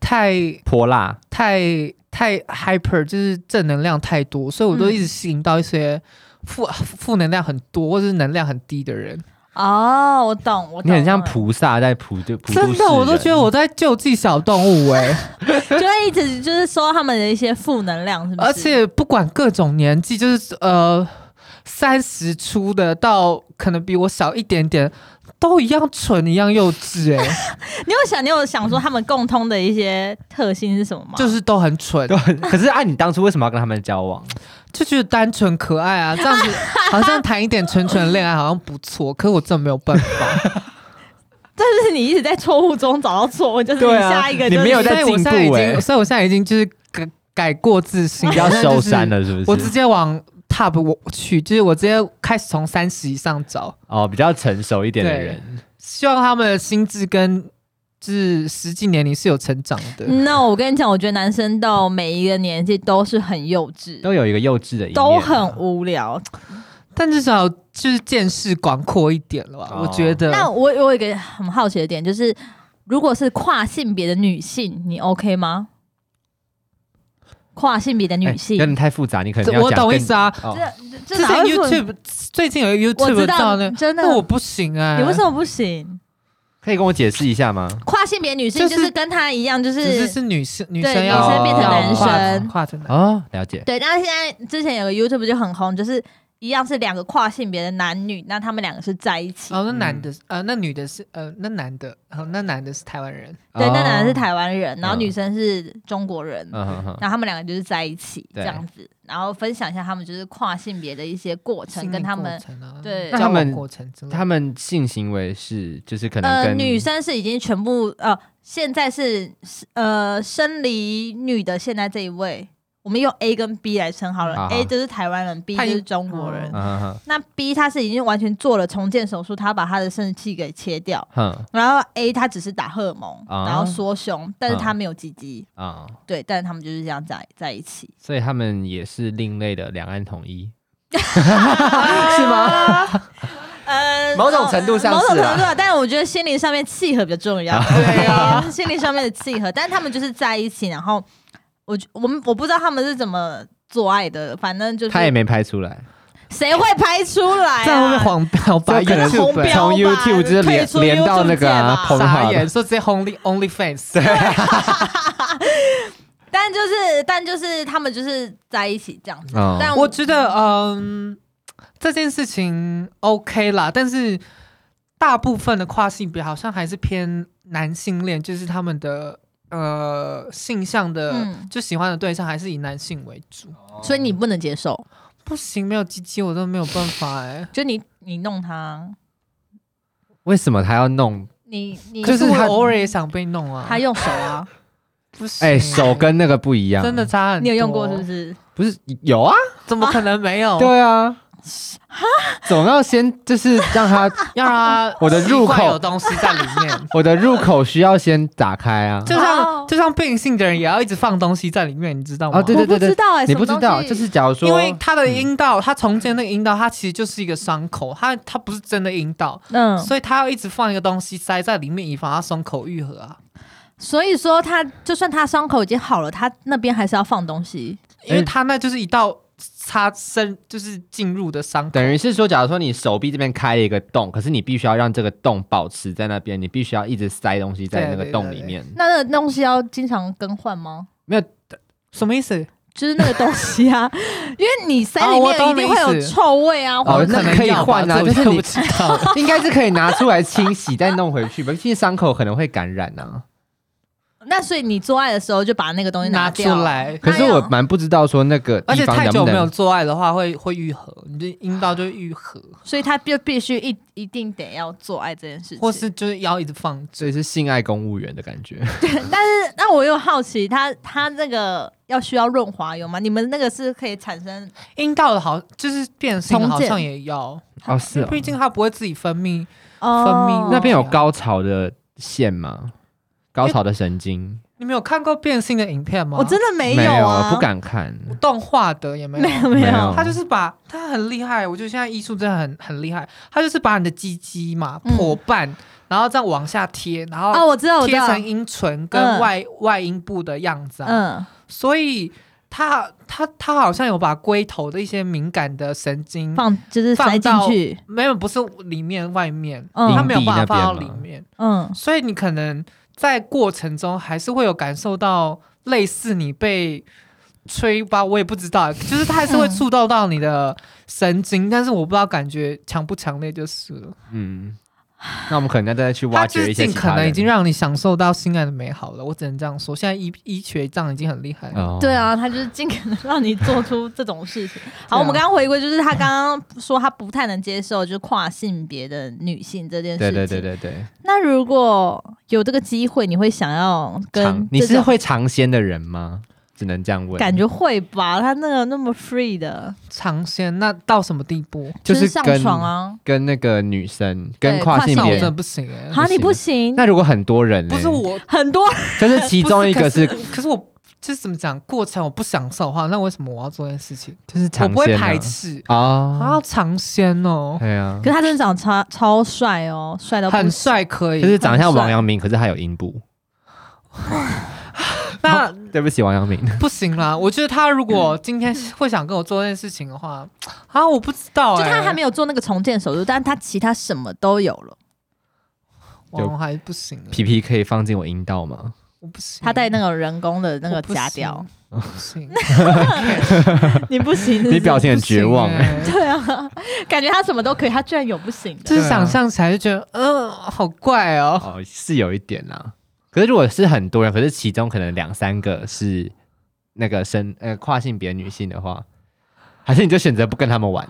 [SPEAKER 3] 太
[SPEAKER 1] 泼辣，
[SPEAKER 3] 太太 hyper，就是正能量太多，所以我都一直吸引到一些负负能量很多或者是能量很低的人。
[SPEAKER 2] 哦，我懂，我懂，
[SPEAKER 1] 你很像
[SPEAKER 2] 我懂，
[SPEAKER 1] 菩萨在普就普
[SPEAKER 3] 真的，我都觉得我在救济小动物哎、
[SPEAKER 2] 就会一直就是收到他们的一些负能量，是不是？
[SPEAKER 3] 而且不管各种年纪，就是呃三十出的到可能比我小一点点，都一样蠢，一样幼稚哎、
[SPEAKER 2] 你有想，你有想说他们共通的一些特性是什么吗？
[SPEAKER 3] 就是都很蠢，
[SPEAKER 1] 得，可是啊按你当初为什么要跟他们交 往？
[SPEAKER 3] 就觉得单纯可爱啊，这样 子好像谈一点纯纯恋爱好像不错，可是我真的没有办法，
[SPEAKER 2] 但是你一直在错误中找到错误，就是你
[SPEAKER 1] 对啊
[SPEAKER 2] 下一个就是
[SPEAKER 1] 你没有在
[SPEAKER 3] 所以
[SPEAKER 1] 进
[SPEAKER 3] 我现
[SPEAKER 1] 步
[SPEAKER 3] 在已
[SPEAKER 1] 欸
[SPEAKER 3] 经，所以我现在已经就是改改过自新，
[SPEAKER 1] 你要收山
[SPEAKER 3] 了，
[SPEAKER 1] 了是不
[SPEAKER 3] 我
[SPEAKER 1] 是
[SPEAKER 3] 直？接往 top 我去，就是我直接开始从三十以上找。
[SPEAKER 1] 哦，比较成熟一点的人，
[SPEAKER 3] 希望他们的心智跟就是实际年龄是有成长的。
[SPEAKER 2] No，我跟你讲，我觉得男生到每一个年纪都是很幼稚，
[SPEAKER 1] 都有一个幼稚的一面啊，
[SPEAKER 2] 都很无聊。
[SPEAKER 3] 但至少就是见识广阔一点了吧？
[SPEAKER 1] 哦
[SPEAKER 3] 我觉得。
[SPEAKER 2] 那我我有一个很好奇的点，就是如果是跨性别的女性，你 OK 吗？跨性别的女性
[SPEAKER 1] 哎有，点太复杂，你可能
[SPEAKER 3] 这
[SPEAKER 1] 要
[SPEAKER 3] 我
[SPEAKER 1] 讲
[SPEAKER 3] 懂
[SPEAKER 1] 更
[SPEAKER 3] 意思啊，
[SPEAKER 1] 哦
[SPEAKER 2] 这这
[SPEAKER 3] 之前
[SPEAKER 2] 哪会说
[SPEAKER 3] YouTube 最近有一个
[SPEAKER 2] 我
[SPEAKER 3] YouTube
[SPEAKER 2] 知
[SPEAKER 3] 照
[SPEAKER 2] 道
[SPEAKER 3] 那，，
[SPEAKER 2] 真的
[SPEAKER 3] 那，我不行哎、
[SPEAKER 2] 你为什么不行？
[SPEAKER 1] 可以跟我解释一下吗？
[SPEAKER 2] 跨性别女性
[SPEAKER 3] 就是
[SPEAKER 2] 就是跟她一样，就
[SPEAKER 3] 只是
[SPEAKER 2] 是
[SPEAKER 3] 是女生女
[SPEAKER 2] 对
[SPEAKER 3] 生
[SPEAKER 2] 女
[SPEAKER 3] 要
[SPEAKER 1] 生变成
[SPEAKER 3] 要
[SPEAKER 1] 男
[SPEAKER 3] 跨
[SPEAKER 2] 生
[SPEAKER 3] 跨成男，
[SPEAKER 1] 哦，了解。
[SPEAKER 2] 对。但是现在之前有个 YouTube 就很红，就是一样是两个跨性别的男女，那他们两个是在一起。
[SPEAKER 3] 哦，那男的是、呃，那女的是呃，那男的，哦，那男的是台湾人，
[SPEAKER 2] 对，那男的是
[SPEAKER 1] 哦，
[SPEAKER 2] 台湾人，然后
[SPEAKER 1] 嗯
[SPEAKER 2] 女生是中国人。
[SPEAKER 1] 嗯哼哼
[SPEAKER 2] 然后他们两个就是在一起
[SPEAKER 1] 对
[SPEAKER 2] 这样子，然后分享一下他们就是跨性别的一些过程，跟他们
[SPEAKER 3] 心理过程啊
[SPEAKER 2] 对
[SPEAKER 3] 交
[SPEAKER 1] 他们
[SPEAKER 3] 往过程之类的，
[SPEAKER 1] 他们性行为是就是可能
[SPEAKER 2] 呃
[SPEAKER 1] 跟
[SPEAKER 2] 女生是已经全部呃现在是呃生理女的现在这一位，我们用 A 跟 B 来称好了、
[SPEAKER 1] 啊
[SPEAKER 2] a 就是台湾人，B
[SPEAKER 3] 他
[SPEAKER 2] 就
[SPEAKER 3] 已
[SPEAKER 2] 是中国人。
[SPEAKER 3] 哦
[SPEAKER 1] 嗯哼
[SPEAKER 2] 那 B 他是已经完全做了重建手术，他把他的生殖器给切掉，
[SPEAKER 1] 哼哼
[SPEAKER 2] 然后 A 他只是打荷尔蒙，
[SPEAKER 1] 啊
[SPEAKER 2] 然后缩胸，但是他没有鸡鸡，
[SPEAKER 1] 啊，
[SPEAKER 2] 对，但是他们就是这样在在一起。
[SPEAKER 1] 所以他们也是另类的两岸统一，是吗？
[SPEAKER 2] 呃
[SPEAKER 1] 某种程度上是啊
[SPEAKER 2] 某种程度上，但是我觉得心灵上面契合比较 重要。对啊，心灵上面的契合，但是他们就是在一起，然后我就我们我不知道他们是怎么做爱的，反正就是
[SPEAKER 1] 他也没拍出来，
[SPEAKER 2] 谁会拍出来、啊，
[SPEAKER 3] 这样会不会黄标吧？
[SPEAKER 1] 这可能
[SPEAKER 3] 有
[SPEAKER 1] 是
[SPEAKER 3] 人
[SPEAKER 2] 红标吧
[SPEAKER 1] 从 YouTube 就是连
[SPEAKER 2] 退出
[SPEAKER 1] 连到那个啊
[SPEAKER 2] YouTube 界吧
[SPEAKER 1] Pornhub
[SPEAKER 3] 傻眼，说直接 Only Only Fans，
[SPEAKER 2] 但就是但就是他们就是在一起这样子。
[SPEAKER 1] 嗯
[SPEAKER 2] 但
[SPEAKER 3] 我觉得嗯，这件事情 OK 啦，但是大部分的跨性别好像还是偏男性恋，就是他们的呃性向的、
[SPEAKER 2] 嗯
[SPEAKER 3] 就喜欢的对象还是以男性为主，
[SPEAKER 1] 哦
[SPEAKER 4] 所以你不能接受，
[SPEAKER 3] 不行，没有鸡鸡我都没有办法哎、
[SPEAKER 2] 就你你弄他，
[SPEAKER 1] 为什么他要弄？
[SPEAKER 2] 你你
[SPEAKER 3] 可是
[SPEAKER 1] 就是
[SPEAKER 3] 我
[SPEAKER 1] 他
[SPEAKER 3] 偶尔也想被弄啊，
[SPEAKER 2] 他用 手啊，
[SPEAKER 3] 不行欸
[SPEAKER 1] 哎，手跟那个不一样，
[SPEAKER 3] 真的差很多
[SPEAKER 2] 你有用过是不？是？
[SPEAKER 1] 不是有啊？
[SPEAKER 3] 怎么可能 没
[SPEAKER 2] 哦
[SPEAKER 3] 有？
[SPEAKER 1] 对啊，总要先就是让他
[SPEAKER 3] 要让他
[SPEAKER 1] 我的入口，
[SPEAKER 3] 习惯有东西在里面
[SPEAKER 1] 我的入口需要先打开啊。
[SPEAKER 3] 就
[SPEAKER 2] 哇
[SPEAKER 3] 像就像变性的人也要一直放东西在里面，你知道吗？
[SPEAKER 1] 啊，对嗯对对
[SPEAKER 2] 我不
[SPEAKER 1] 对
[SPEAKER 2] 知，道哎、
[SPEAKER 1] 你
[SPEAKER 2] 什么
[SPEAKER 1] 不知
[SPEAKER 2] 东西
[SPEAKER 1] 道，就是假如说，
[SPEAKER 3] 因为他的阴道，他重建那个阴道，它其实就是一个伤口，它它不是真的阴道，
[SPEAKER 2] 嗯，
[SPEAKER 3] 所以他要一直放一个东西塞在里面，以防它伤口愈合啊。
[SPEAKER 2] 所以说他就算他伤口已经好了，他那边还是要放东西。
[SPEAKER 1] 哎
[SPEAKER 3] 因为他那就是一道插深，就是进入的伤口。
[SPEAKER 1] 等于是说，假如说你手臂这边开了一个洞，可是你必须要让这个洞保持在那边，你必须要一直塞东西在那个洞里面。
[SPEAKER 2] 那那个东西要经常更换吗？
[SPEAKER 3] 什么意思？
[SPEAKER 2] 就是那个东西啊， 因为你塞里
[SPEAKER 3] 哦我
[SPEAKER 2] 面
[SPEAKER 3] 懂
[SPEAKER 2] 一定
[SPEAKER 3] 你意
[SPEAKER 2] 会
[SPEAKER 3] 思
[SPEAKER 2] 有臭味啊，
[SPEAKER 1] 哦
[SPEAKER 2] 或者
[SPEAKER 1] 那
[SPEAKER 3] 可能
[SPEAKER 1] 可以
[SPEAKER 3] 要吧
[SPEAKER 1] 换啊
[SPEAKER 3] 这我
[SPEAKER 1] 就是
[SPEAKER 3] 就
[SPEAKER 1] 你
[SPEAKER 3] 不知道 了。
[SPEAKER 1] 应该是可以拿出来清洗，再弄回去吧。毕竟伤口可能会感染啊。
[SPEAKER 2] 那所以你做爱的时候就把那个东西
[SPEAKER 3] 拿
[SPEAKER 2] 掉
[SPEAKER 3] 出。
[SPEAKER 1] 啊
[SPEAKER 3] 来。哎
[SPEAKER 1] 可是我蛮不知道说那个
[SPEAKER 3] 而
[SPEAKER 1] 地
[SPEAKER 3] 且
[SPEAKER 1] 方
[SPEAKER 3] 太
[SPEAKER 1] 能
[SPEAKER 3] 久
[SPEAKER 1] 不
[SPEAKER 3] 没有
[SPEAKER 1] 能，
[SPEAKER 3] 做爱的话，会会愈合，你的阴道就会愈合，
[SPEAKER 2] 所以他就必须一一定得要做爱这件事情。
[SPEAKER 3] 或是就是腰一直放着。
[SPEAKER 1] 所以是性爱公务员的感觉。
[SPEAKER 2] 那我又好奇，他他那个要需要润滑油吗？你们那个是可以产生
[SPEAKER 3] 阴道的好就是变性的
[SPEAKER 4] 重
[SPEAKER 3] 好
[SPEAKER 4] 建
[SPEAKER 3] 像也要，
[SPEAKER 1] 哦，是
[SPEAKER 3] 因
[SPEAKER 1] 哦
[SPEAKER 2] 啊
[SPEAKER 3] 为，毕竟它不会自己分泌。
[SPEAKER 2] 哦
[SPEAKER 3] 分泌
[SPEAKER 1] 那边有高潮的线吗？高潮的神经
[SPEAKER 3] 你们有看过变性的影片吗？
[SPEAKER 2] 我真的没
[SPEAKER 1] 没
[SPEAKER 2] 啊，
[SPEAKER 1] 不敢看。
[SPEAKER 3] 动画的也没有。
[SPEAKER 2] 没有没
[SPEAKER 1] 没
[SPEAKER 2] 有
[SPEAKER 1] 有
[SPEAKER 3] 他就是把他很厉害，我觉得现在艺术真的很很厉害。他就是把你的鸡鸡嘛
[SPEAKER 2] 嗯
[SPEAKER 3] 破半，然后这样往下贴，然
[SPEAKER 2] 哦，
[SPEAKER 3] 后
[SPEAKER 2] 我知道我知
[SPEAKER 3] 贴
[SPEAKER 2] 道，
[SPEAKER 3] 成阴唇
[SPEAKER 2] 嗯
[SPEAKER 3] 跟外、外阴部的样子啊。
[SPEAKER 2] 嗯
[SPEAKER 3] 所以他他他好像有把龟头的一些敏感的神经
[SPEAKER 2] 放就是塞
[SPEAKER 3] 放
[SPEAKER 2] 进
[SPEAKER 3] 到
[SPEAKER 2] 去，
[SPEAKER 3] 没有不是里面外面，
[SPEAKER 1] 阴
[SPEAKER 3] 他
[SPEAKER 2] 嗯
[SPEAKER 3] 没有
[SPEAKER 1] 蒂那边
[SPEAKER 3] 办法放到
[SPEAKER 1] 吗
[SPEAKER 3] 里面，
[SPEAKER 2] 嗯，
[SPEAKER 3] 所以你可能在过程中还是会有感受到类似你被。吹吧，我也不知道，就是它还是会
[SPEAKER 2] 嗯
[SPEAKER 3] 触动到你的神经，但是我不知道感觉强不强烈就是了。
[SPEAKER 1] 嗯，那我们可能要再去挖
[SPEAKER 3] 它就
[SPEAKER 1] 掘
[SPEAKER 3] 是
[SPEAKER 1] 一些
[SPEAKER 3] 尽
[SPEAKER 1] 其
[SPEAKER 3] 可
[SPEAKER 1] 他
[SPEAKER 3] 能
[SPEAKER 1] 人
[SPEAKER 3] 已经让你享受到性爱的美好了，我只能这样说。现在医医学这样已经很厉害了。
[SPEAKER 1] 哦
[SPEAKER 2] 对啊，他就是尽可能让你做出这种 事情。好，
[SPEAKER 3] 对啊
[SPEAKER 2] 我们刚刚回归，就是他刚刚说他不太能接受就是跨性别的女性这件事
[SPEAKER 1] 对对
[SPEAKER 2] 情。
[SPEAKER 1] 对。对对。
[SPEAKER 2] 那如果有这个机会，你会想要跟
[SPEAKER 1] 尝你
[SPEAKER 2] 这
[SPEAKER 1] 是
[SPEAKER 2] 种
[SPEAKER 1] 会尝鲜的人吗？只能这样问。
[SPEAKER 2] 感觉会吧？他那个那么 free 的，
[SPEAKER 3] 尝鲜那到什么地步？
[SPEAKER 1] 就是是
[SPEAKER 2] 上
[SPEAKER 1] 跟
[SPEAKER 2] 床啊。
[SPEAKER 1] 跟那个女生跟
[SPEAKER 2] 对
[SPEAKER 1] 跨
[SPEAKER 2] 跨
[SPEAKER 1] 性
[SPEAKER 2] 性
[SPEAKER 3] 那我
[SPEAKER 1] 别
[SPEAKER 3] 真的
[SPEAKER 2] 人
[SPEAKER 3] 不行哎、
[SPEAKER 1] 不
[SPEAKER 2] 啊，
[SPEAKER 1] 行
[SPEAKER 2] 你不行，
[SPEAKER 1] 那如果很多人呢？
[SPEAKER 3] 不是我
[SPEAKER 2] 很多
[SPEAKER 1] 就是其中一个
[SPEAKER 3] 不是
[SPEAKER 1] 是
[SPEAKER 3] 可是可是我就是怎么讲，过程我不享受的话，那为什么我要做这件事情？
[SPEAKER 1] 就是
[SPEAKER 3] 我
[SPEAKER 1] 尝
[SPEAKER 3] 不会
[SPEAKER 1] 鲜啊
[SPEAKER 3] 排斥。啊，
[SPEAKER 1] 啊，
[SPEAKER 3] 尝鲜哦，
[SPEAKER 1] 对啊
[SPEAKER 2] 可，是他真的长得超超帅哦，帅到不
[SPEAKER 3] 很
[SPEAKER 2] 行。
[SPEAKER 3] 帅可以。
[SPEAKER 1] 就是长得像
[SPEAKER 2] 很帅
[SPEAKER 1] 王阳明，可是他有阴部。
[SPEAKER 3] 那
[SPEAKER 1] 对不起，王阳明，
[SPEAKER 3] 不行啦，我觉得他如果今天会想跟我做这件事情的话，啊，我不知道、
[SPEAKER 2] 就
[SPEAKER 3] 欸，
[SPEAKER 2] 他还没有做那个重建手术，但他其他什么都有了。
[SPEAKER 3] 有，我还不行欸，
[SPEAKER 1] 皮皮可以放进我阴道吗？
[SPEAKER 3] 我不行，
[SPEAKER 4] 他戴那个人工的那个夹
[SPEAKER 3] 我
[SPEAKER 4] 吊，
[SPEAKER 3] 不行，
[SPEAKER 2] 你不行
[SPEAKER 1] 你表情很绝望哎、
[SPEAKER 3] 哎、
[SPEAKER 2] 对啊，感觉他什么都可以，他居然有不行的。
[SPEAKER 3] 就是想象起来就觉得，嗯、好怪哦、
[SPEAKER 1] 哦，是有一点啦。可是如果是很多人，可是其中可能两三个是那个生呃跨性别女性的话，还是你就选择不跟他们
[SPEAKER 3] 哦
[SPEAKER 1] 玩？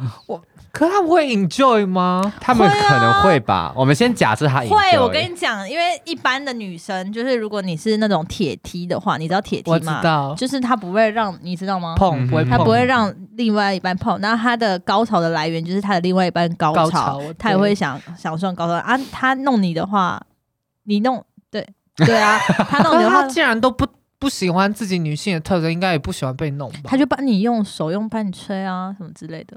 [SPEAKER 3] 可他们会 enjoy 吗？
[SPEAKER 1] 他们可能会吧。
[SPEAKER 3] 啊
[SPEAKER 1] 我们先假设他
[SPEAKER 2] 会，
[SPEAKER 1] enjoy
[SPEAKER 2] 我跟你讲，因为一般的女生，就是如果你是那种铁梯的话，你知道铁梯
[SPEAKER 3] 我知
[SPEAKER 2] 吗？
[SPEAKER 3] 道，
[SPEAKER 2] 就是他不会让你知道吗？
[SPEAKER 3] 碰不会
[SPEAKER 1] 嗯
[SPEAKER 3] 碰，
[SPEAKER 2] 他不会让另外一半碰，那他的高潮的来源就是他的另外一半高
[SPEAKER 3] 高
[SPEAKER 2] 潮
[SPEAKER 3] 潮，对
[SPEAKER 2] 他也会想享受高潮啊。他弄你的话，你弄对对 啊，他弄
[SPEAKER 3] 可
[SPEAKER 2] 你
[SPEAKER 3] 是
[SPEAKER 2] 的话
[SPEAKER 3] 他，既然都不不喜欢自己女性的特征，应该也不喜欢被弄吧？
[SPEAKER 2] 他就帮你用手用帮你吹啊什么之类的。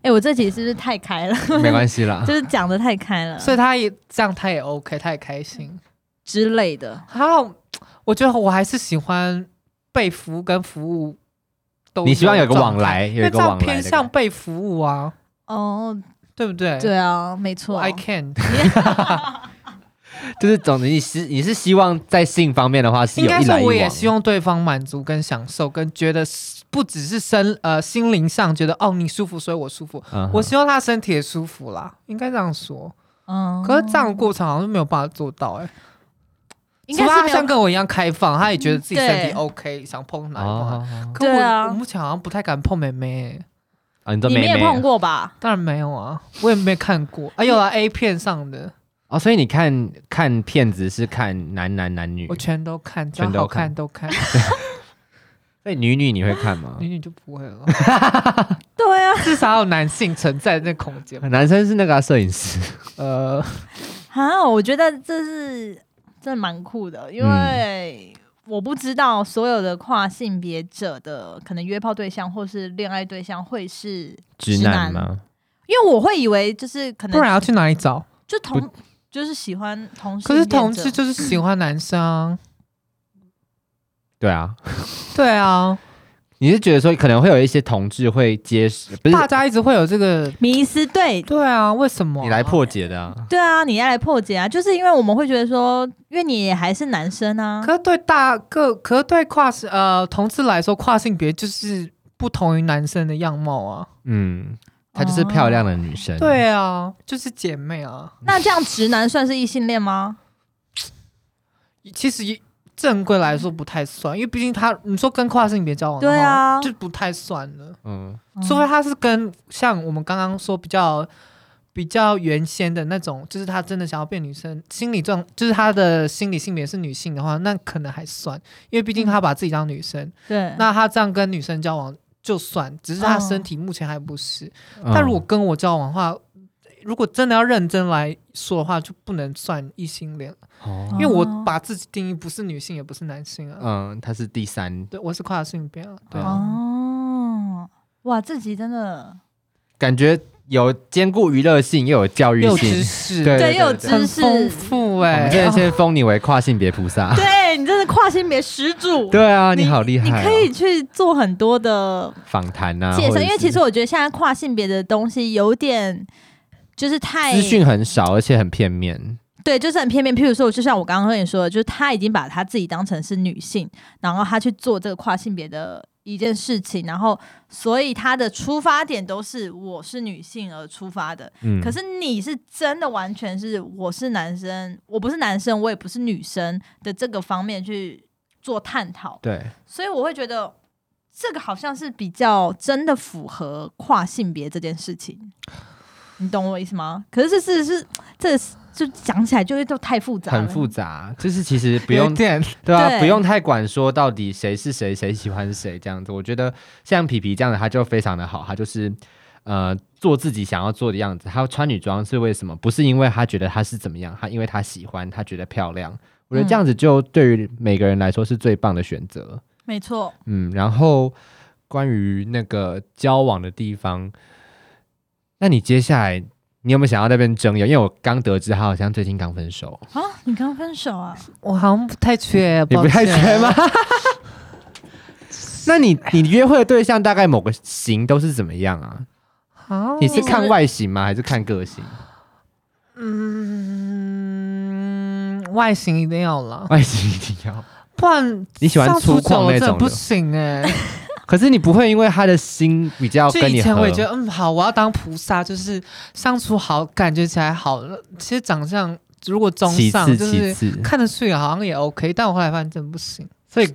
[SPEAKER 2] 哎、我这集是不是太开 了？。
[SPEAKER 1] 没关系啦
[SPEAKER 2] 就是讲的太开了，
[SPEAKER 3] 所以他也这样，他也 OK，他也开心。
[SPEAKER 2] 之类的。
[SPEAKER 3] 还有，我觉得我还是喜欢被服务跟服务都
[SPEAKER 1] 你希望有个
[SPEAKER 3] 状
[SPEAKER 1] 往来，
[SPEAKER 3] 态，因
[SPEAKER 1] 有一
[SPEAKER 3] 为
[SPEAKER 1] 个
[SPEAKER 3] 这样
[SPEAKER 1] 往来
[SPEAKER 3] 偏
[SPEAKER 1] 的
[SPEAKER 3] 向
[SPEAKER 1] 感
[SPEAKER 3] 被服务啊，
[SPEAKER 2] 哦，
[SPEAKER 3] 对不对？
[SPEAKER 2] 对啊，没
[SPEAKER 3] 我
[SPEAKER 2] 错。
[SPEAKER 3] ，I can，
[SPEAKER 1] 觉，就是总之你是你是希望在性方面的话是
[SPEAKER 3] 应
[SPEAKER 1] 有
[SPEAKER 3] 该
[SPEAKER 1] 一
[SPEAKER 3] 是
[SPEAKER 1] 来一
[SPEAKER 3] 我也
[SPEAKER 1] 往，
[SPEAKER 3] 希望对方满足跟享受，跟觉得是不只是身呃心灵上觉得哦你舒服，所以我舒服。
[SPEAKER 1] 嗯哼
[SPEAKER 3] 我希望他身体也舒服啦，应该这样说。
[SPEAKER 2] 嗯，
[SPEAKER 3] 可是这样的过程好像没有办法做到哎、欸，
[SPEAKER 2] 应
[SPEAKER 3] 除
[SPEAKER 2] 该
[SPEAKER 3] 非
[SPEAKER 2] 是
[SPEAKER 3] 他
[SPEAKER 2] 没
[SPEAKER 3] 像
[SPEAKER 2] 有。嗯
[SPEAKER 3] 跟我一样开放，他也觉得自己身体
[SPEAKER 2] 对
[SPEAKER 3] OK，想碰哪里碰哪里。
[SPEAKER 1] 哦哦
[SPEAKER 3] 可我
[SPEAKER 2] 对啊
[SPEAKER 3] 我目前好像不太敢碰妹妹、欸。
[SPEAKER 1] 啊，你都
[SPEAKER 2] 你们
[SPEAKER 1] 没
[SPEAKER 2] 也碰
[SPEAKER 1] 没
[SPEAKER 2] 过吧？
[SPEAKER 3] 当然没有啊，我也没看过。哎、有啊，A 片上的
[SPEAKER 1] 哦，所以你看看片子是看男男男女
[SPEAKER 3] 我，全都看，
[SPEAKER 1] 嗯
[SPEAKER 3] 只
[SPEAKER 1] 全
[SPEAKER 3] 要
[SPEAKER 1] 都
[SPEAKER 3] 好
[SPEAKER 1] 看
[SPEAKER 3] 看都看，
[SPEAKER 1] 所以女女你会看吗
[SPEAKER 3] 女？女就不会了。
[SPEAKER 2] 对啊，
[SPEAKER 3] 至少有男性存在那空 间。
[SPEAKER 1] 男生是那个啊摄影师，
[SPEAKER 3] 呃，
[SPEAKER 2] 啊，我觉得这是真的蛮酷的，因为我不知道所有的跨性别者的可能约炮对象或是恋爱对象会是
[SPEAKER 1] 直
[SPEAKER 2] 直
[SPEAKER 1] 男
[SPEAKER 2] 男
[SPEAKER 1] 吗？
[SPEAKER 2] 因为我会以为就是可
[SPEAKER 3] 不
[SPEAKER 2] 能
[SPEAKER 3] 然要去哪里找？
[SPEAKER 2] 就同就是喜欢同性
[SPEAKER 3] 可是
[SPEAKER 2] 恋
[SPEAKER 3] 同
[SPEAKER 2] 者
[SPEAKER 3] 志就是喜欢男生啊。
[SPEAKER 1] 对啊，
[SPEAKER 3] 对啊，
[SPEAKER 1] 你是觉得说可能会有一些同志会接受，不是
[SPEAKER 3] 大家一直会有这个。
[SPEAKER 2] 迷失对。
[SPEAKER 3] 对啊，为什么啊、
[SPEAKER 1] 你来破解的啊？
[SPEAKER 2] 对啊，你要来破解啊！就是因为我们会觉得说，因为你也还是男生啊，
[SPEAKER 3] 可是对大个，可是对跨性呃同志来说，跨性别就是不同于男生的样貌啊。
[SPEAKER 1] 嗯，她
[SPEAKER 2] 哦
[SPEAKER 1] 就是漂亮的女生。
[SPEAKER 3] 对啊，就是姐妹啊。
[SPEAKER 2] 那这样直男算是异性恋 吗？
[SPEAKER 3] 其实正规来说不太算，因为毕竟他你说跟跨性别交往的话，
[SPEAKER 2] 对啊
[SPEAKER 3] 就不太算了。
[SPEAKER 1] 嗯，
[SPEAKER 3] 除非他是跟像我们刚刚说比较比较原先的那种，就是他真的想要变女生，心理状就是他的心理性别是女性的话，那可能还算，因为毕竟他
[SPEAKER 2] 嗯
[SPEAKER 3] 把自己当女生，
[SPEAKER 2] 对，
[SPEAKER 3] 那他这样跟女生交往就算，只是
[SPEAKER 2] 嗯
[SPEAKER 3] 他身体目前还不是。
[SPEAKER 1] 嗯
[SPEAKER 3] 但如果跟我交往的话，如果真的要认真来说的话，就不能算异性恋了，
[SPEAKER 1] 哦
[SPEAKER 3] 因为我
[SPEAKER 2] 哦
[SPEAKER 3] 把自己定义不是女性，也不是男性啊。
[SPEAKER 1] 嗯，她是第三，
[SPEAKER 3] 对，我是跨性别啊，对啊，
[SPEAKER 2] 哦，哇，这集真的
[SPEAKER 1] 感觉有兼顾娱乐性又有教育
[SPEAKER 3] 又有知
[SPEAKER 1] 性。
[SPEAKER 3] 识，
[SPEAKER 1] 对
[SPEAKER 2] 对，又有
[SPEAKER 1] 对
[SPEAKER 2] 知
[SPEAKER 3] 很
[SPEAKER 2] 识，
[SPEAKER 3] 丰富
[SPEAKER 1] 我
[SPEAKER 3] 哎、
[SPEAKER 1] 们现在先封你为跨性别菩萨。
[SPEAKER 2] 对你真的跨性别始祖。
[SPEAKER 1] 对啊，你好厉害
[SPEAKER 2] 你
[SPEAKER 1] 哦！
[SPEAKER 2] 可以去做很多的
[SPEAKER 1] 访谈啊，
[SPEAKER 2] 介
[SPEAKER 1] 或
[SPEAKER 2] 绍，
[SPEAKER 1] 者是
[SPEAKER 2] 因为其实我觉得现在跨性别的东西有点就是太
[SPEAKER 1] 资讯很少，而且很片面。
[SPEAKER 2] 对，就是很片面。譬如说，就像我刚刚跟你说的，就是他已经把他自己当成是女性，然后他去做这个跨性别的一件事情，然后所以他的出发点都是我是女性而出发的。
[SPEAKER 1] 嗯，
[SPEAKER 2] 可是你是真的完全是我是男生，我不是男生，我也不是女生的这个方面去做探讨，
[SPEAKER 1] 对，
[SPEAKER 2] 所以我会觉得这个好像是比较真的符合跨性别这件事情，你懂我意思吗？可是这是是这是就讲起来就会都太复杂了，
[SPEAKER 1] 很复杂，就是其实不
[SPEAKER 3] 有
[SPEAKER 1] 用
[SPEAKER 3] 点
[SPEAKER 1] 对啊，
[SPEAKER 2] 对
[SPEAKER 1] 不用太管说到底谁是谁，谁喜欢谁这样子。我觉得像皮皮这样的，他就非常的好，他就是呃做自己想要做的样子。她穿女装是为什么？不是因为她觉得她是怎么样，她因为她喜欢，她觉得漂亮。我觉得这样子就对于每个人来说是最棒的选择。
[SPEAKER 2] 没错，
[SPEAKER 1] 嗯，然后关于那个交往的地方，那你接下来你有没有想要在那边争友？因为我刚得知他好像最近刚分手，
[SPEAKER 2] 啊，你刚分手啊？
[SPEAKER 3] 我好像不太 缺，欸
[SPEAKER 1] 你
[SPEAKER 3] 抱
[SPEAKER 1] 不太
[SPEAKER 3] 歉
[SPEAKER 1] 缺 吗？那你你约会的对象大概某个型都是怎么样啊？
[SPEAKER 3] 啊，
[SPEAKER 1] 你是看外形吗？还是看个 性？
[SPEAKER 3] 嗯，外形一定要 了，
[SPEAKER 1] 外形一定要。
[SPEAKER 3] 不然
[SPEAKER 1] 你喜欢
[SPEAKER 3] 相处
[SPEAKER 1] 粗犷
[SPEAKER 3] 久了
[SPEAKER 1] 那
[SPEAKER 3] 真的
[SPEAKER 1] 种
[SPEAKER 3] 不
[SPEAKER 1] 的，
[SPEAKER 3] 行 哎、
[SPEAKER 1] 可是你不会因为他的心比较
[SPEAKER 3] 就
[SPEAKER 1] 跟
[SPEAKER 3] 以
[SPEAKER 1] 你
[SPEAKER 3] 前
[SPEAKER 1] 合
[SPEAKER 3] 我也觉得，嗯，好，我要当菩萨，就是相处好，感觉起来好。其实长相如果中
[SPEAKER 1] 其
[SPEAKER 3] 上，
[SPEAKER 1] 次
[SPEAKER 3] 就
[SPEAKER 1] 其
[SPEAKER 3] 是
[SPEAKER 1] 次，
[SPEAKER 3] 看得顺眼，好像也 OK。但我后来发现真的不行，
[SPEAKER 1] 所以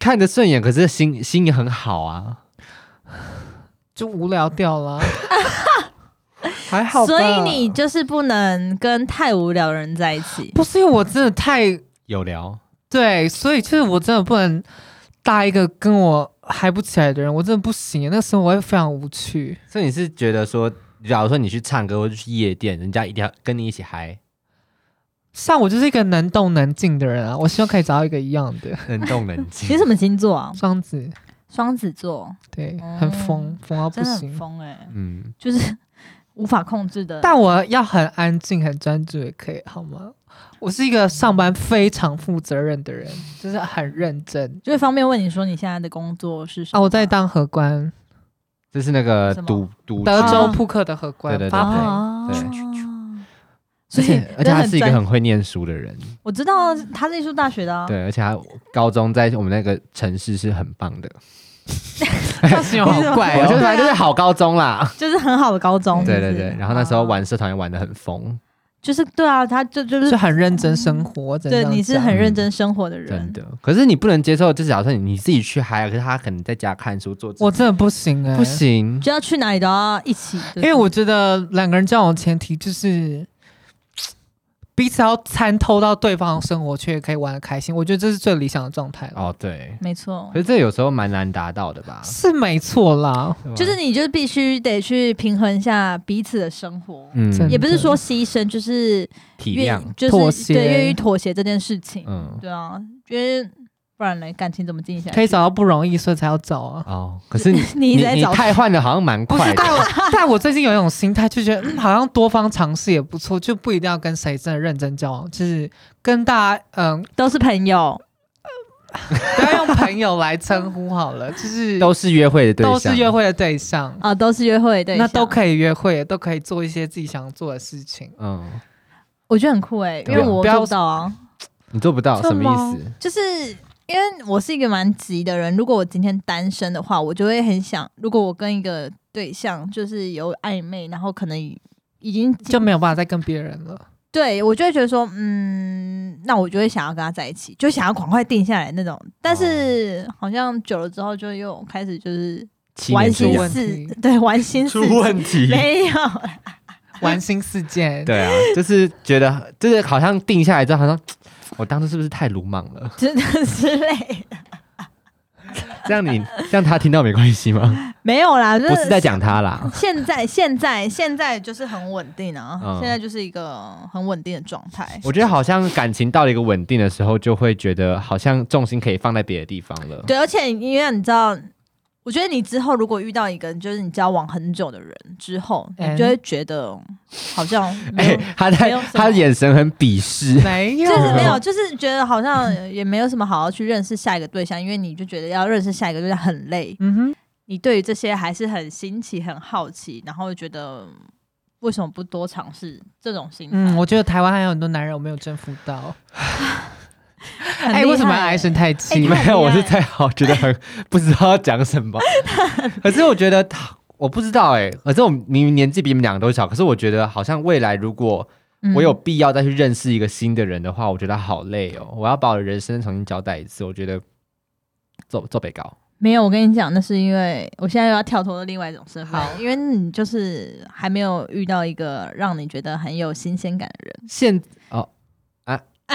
[SPEAKER 1] 看着顺眼，可是心心也很好啊。
[SPEAKER 3] 就无聊掉 了。还好吧，
[SPEAKER 2] 所以你就是不能跟太无聊的人在一起。
[SPEAKER 3] 不是因为我真的太
[SPEAKER 1] 有聊，
[SPEAKER 3] 对，所以就是我真的不能搭一个跟我嗨不起来的人，我真的不行，那个生活会非常无趣。
[SPEAKER 1] 所以你是觉得说，假如说你去唱歌或者去夜店，人家一定要跟你一起 嗨，
[SPEAKER 3] 像我就是一个能动能静的人啊，我希望可以找到一个一样的
[SPEAKER 1] 能动能
[SPEAKER 2] 你
[SPEAKER 1] 静。
[SPEAKER 2] 什么星座啊？
[SPEAKER 3] 双子，
[SPEAKER 2] 双子座，
[SPEAKER 3] 对，
[SPEAKER 2] 哦
[SPEAKER 3] 很疯，疯到不
[SPEAKER 2] 真的很
[SPEAKER 3] 行。
[SPEAKER 2] 疯哎、
[SPEAKER 1] 嗯，
[SPEAKER 2] 就是无法控制的。
[SPEAKER 3] 但我要很安静、很专注也可以，好吗？我是一个上班非常负责任的人，就是很认真
[SPEAKER 2] 就是方便问你说你现在的工作是什
[SPEAKER 3] 啊。
[SPEAKER 2] 么吗？
[SPEAKER 3] 我在当荷官，
[SPEAKER 1] 这是那个
[SPEAKER 2] 什么
[SPEAKER 1] 赌赌
[SPEAKER 3] 德州
[SPEAKER 1] 场
[SPEAKER 3] 扑克的荷官
[SPEAKER 1] 对对对
[SPEAKER 3] 发牌。
[SPEAKER 2] 哦
[SPEAKER 1] 对而
[SPEAKER 2] 所 以
[SPEAKER 1] 且而且他是一个
[SPEAKER 2] 真的专
[SPEAKER 1] 很会念书的人，
[SPEAKER 2] 我知道啊他是艺术大学的、啊，
[SPEAKER 1] 对，而且他高中在我们那个城市是很棒的，
[SPEAKER 3] 他 形容好怪
[SPEAKER 1] 我觉得
[SPEAKER 3] 哦。
[SPEAKER 1] 反正就是好高中啦。
[SPEAKER 2] 就是很好的高中。
[SPEAKER 1] 对
[SPEAKER 2] 是
[SPEAKER 1] 对
[SPEAKER 2] 不是
[SPEAKER 1] 对，然后那时候，
[SPEAKER 2] 啊
[SPEAKER 1] 玩社团也玩的很疯，
[SPEAKER 3] 哦
[SPEAKER 2] 就是对啊，他就就
[SPEAKER 3] 就是很认真生活，只能
[SPEAKER 2] 对
[SPEAKER 3] 这样
[SPEAKER 2] 你是
[SPEAKER 3] 讲
[SPEAKER 2] 很认真生活的人
[SPEAKER 1] 真，的。可是你不能接受，就是假设你你自己去嗨，可是他可能在家看书做自己，
[SPEAKER 3] 我真的不行哎、
[SPEAKER 1] 不，行，
[SPEAKER 2] 就要去哪里都要一起。
[SPEAKER 3] 因
[SPEAKER 2] 对
[SPEAKER 3] 为我觉得两个人交往前提就是彼此要参透到对方的生活圈，也可以玩的开心。我觉得这是最理想的状态了，
[SPEAKER 1] 哦对。
[SPEAKER 2] 没错
[SPEAKER 1] 可，是这有时候蛮难达到的吧？
[SPEAKER 3] 是没错啦。
[SPEAKER 1] 吧
[SPEAKER 2] 就是你就是必须得去平衡一下彼此的生活，
[SPEAKER 1] 嗯
[SPEAKER 3] 真
[SPEAKER 2] 也不是说牺牲，就是
[SPEAKER 1] 体
[SPEAKER 2] 愿
[SPEAKER 1] 谅，
[SPEAKER 2] 就是
[SPEAKER 3] 妥协
[SPEAKER 2] 对愿意妥协这件事情。
[SPEAKER 1] 嗯
[SPEAKER 2] 对啊，因为不然嘞，感情怎么进行？
[SPEAKER 3] 可以找到不容易，所以才要找 啊。
[SPEAKER 1] 哦，可是你
[SPEAKER 2] 你一直在
[SPEAKER 1] 你
[SPEAKER 2] 找
[SPEAKER 1] 太换的好像蛮
[SPEAKER 3] 不是
[SPEAKER 1] 快，的，
[SPEAKER 3] 但我但我最近有一种心态，就觉得嗯，好像多方尝试也不错，就不一定要跟谁真的认真交往，就是跟大家嗯，
[SPEAKER 2] 都是朋友，
[SPEAKER 3] 不要用朋友来称呼好了，就是
[SPEAKER 1] 都是约会的对象，
[SPEAKER 3] 都是约，会的对象。
[SPEAKER 2] 啊，都是约会对
[SPEAKER 3] 那
[SPEAKER 2] 象
[SPEAKER 3] 都可以约会，都可以做一些自己想做的事情。
[SPEAKER 1] 嗯，
[SPEAKER 2] 我觉得很酷哎、
[SPEAKER 1] 对
[SPEAKER 2] 因
[SPEAKER 1] 啊
[SPEAKER 2] 为我
[SPEAKER 3] 不要
[SPEAKER 2] 做不到啊，
[SPEAKER 1] 你做不到
[SPEAKER 3] 这
[SPEAKER 1] 什么
[SPEAKER 3] 么
[SPEAKER 1] 意思？
[SPEAKER 2] 就是因为我是一个蛮急的人。如果我今天单身的话，我就会很想，如果我跟一个对象就是有暧昧，然后可能已经
[SPEAKER 3] 就没有办法再跟别人 了。
[SPEAKER 2] 对我就会觉得说，嗯，那我就会想要跟他在一起，就想要赶快定下来那种。但是、好像久了之后，就又开始就是
[SPEAKER 1] 七
[SPEAKER 2] 玩
[SPEAKER 1] 年之
[SPEAKER 2] 心
[SPEAKER 3] 出
[SPEAKER 1] 痒
[SPEAKER 3] 问
[SPEAKER 2] 思
[SPEAKER 3] 题，
[SPEAKER 2] 对，玩心思
[SPEAKER 1] 题
[SPEAKER 2] 没有，
[SPEAKER 3] 玩心事 件，
[SPEAKER 1] 对啊，就是觉得就是好像定下来之后，好像我当初是不是太鲁莽了？
[SPEAKER 2] 真的之类的，
[SPEAKER 1] 这样你这样他听到没关系吗？
[SPEAKER 2] 没有啦，就
[SPEAKER 1] 不是在讲他 啦，
[SPEAKER 2] 现在现在现在就是很稳定啊，
[SPEAKER 1] 嗯
[SPEAKER 2] 现在就是一个很稳定的状态。
[SPEAKER 1] 我觉得好像感情到了一个稳定的时候，就会觉得好像重心可以放在别的地方了。
[SPEAKER 2] 对，而且因为你知道，我觉得你之后如果遇到一个就是你交往很久的人之后，
[SPEAKER 3] 嗯
[SPEAKER 2] 你就会觉得好像没
[SPEAKER 1] 哎
[SPEAKER 2] 有，
[SPEAKER 1] 他
[SPEAKER 2] 没
[SPEAKER 1] 在
[SPEAKER 2] 有什么
[SPEAKER 1] 他眼神很鄙视，
[SPEAKER 3] 没有，
[SPEAKER 2] 就是没有，就是觉得好像也没有什么好好去认识下一个对象，因为你就觉得要认识下一个对象很累，
[SPEAKER 3] 嗯哼，
[SPEAKER 2] 你对于这些还是很新奇、很好奇，然后觉得为什么不多尝试这种心态？
[SPEAKER 3] 嗯，我觉得台湾还有很多男人我没有征服到。
[SPEAKER 2] 很
[SPEAKER 3] 哎、
[SPEAKER 2] 厉
[SPEAKER 3] 为什么
[SPEAKER 2] 害
[SPEAKER 3] 要唉
[SPEAKER 2] 欸
[SPEAKER 3] 声叹
[SPEAKER 2] 你
[SPEAKER 3] 气？
[SPEAKER 2] 看
[SPEAKER 1] 没有，
[SPEAKER 2] 很厉
[SPEAKER 1] 我是
[SPEAKER 2] 害
[SPEAKER 1] 在好觉得很不知道要讲什么。可是我觉得 他，我不知道哎、可是我明明年纪比你们两个都小，可是我觉得好像未来如果
[SPEAKER 2] 嗯
[SPEAKER 1] 我有必要再去认识一个新的人的话，我觉得好累哦。我要把我的人生重新交代一次，我觉得做做北高。
[SPEAKER 2] 没有，我跟你讲，那是因为我现在又要跳脱另外一种身份
[SPEAKER 3] 好，
[SPEAKER 2] 因为你就是还没有遇到一个让你觉得很有新鲜感的人。
[SPEAKER 1] 现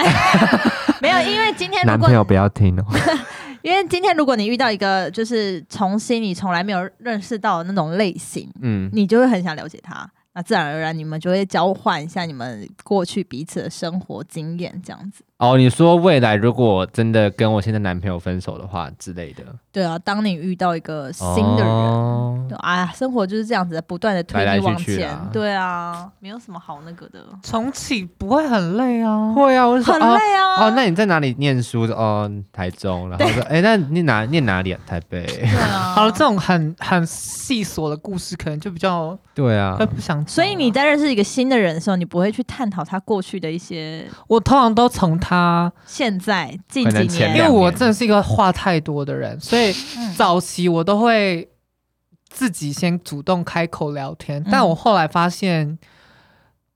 [SPEAKER 2] 没有，因为今天如
[SPEAKER 1] 男
[SPEAKER 2] 果
[SPEAKER 1] 朋友不要听哦，
[SPEAKER 2] 因为今天如果你遇到一个就是重新你从来没有认识到的那种类型，
[SPEAKER 1] 嗯，
[SPEAKER 2] 你就会很想了解他。那自然而然，你们就会交换一下你们过去彼此的生活经验，这样子。
[SPEAKER 1] 哦，你说未来如果真的跟我现在男朋友分手的话之类的，
[SPEAKER 2] 对啊，当你遇到一个新的人，
[SPEAKER 1] 哦
[SPEAKER 2] 对哎呀，生活就是这样子，不断的推
[SPEAKER 1] 来来
[SPEAKER 2] 你
[SPEAKER 1] 去
[SPEAKER 2] 往
[SPEAKER 1] 去
[SPEAKER 2] 前。
[SPEAKER 1] 啦哦
[SPEAKER 2] 对啊，没有什么好那个的，
[SPEAKER 3] 重启不会很累啊。
[SPEAKER 1] 会啊，我就说
[SPEAKER 2] 很
[SPEAKER 1] 哦
[SPEAKER 2] 累啊。
[SPEAKER 1] 哦，那你在哪里念书的？哦，台中。然后说，哎、那你哪念哪里啊？台北。
[SPEAKER 2] 对啊，
[SPEAKER 3] 好了，这种很很细琐的故事，可能就比较
[SPEAKER 1] 对啊
[SPEAKER 3] 会，不想讲啊。
[SPEAKER 2] 所以你在认识一个新的人的时候，你不会去探讨他过去的一些
[SPEAKER 3] 我通常都从他，
[SPEAKER 2] 现在近
[SPEAKER 1] 可
[SPEAKER 2] 几
[SPEAKER 1] 能前
[SPEAKER 2] 年，
[SPEAKER 1] 两
[SPEAKER 3] 因为
[SPEAKER 1] 年
[SPEAKER 3] 我真的是一个话太多的人，所以
[SPEAKER 2] 嗯
[SPEAKER 3] 早期我都会自己先主动开口聊天，但
[SPEAKER 2] 嗯
[SPEAKER 3] 我后来发现，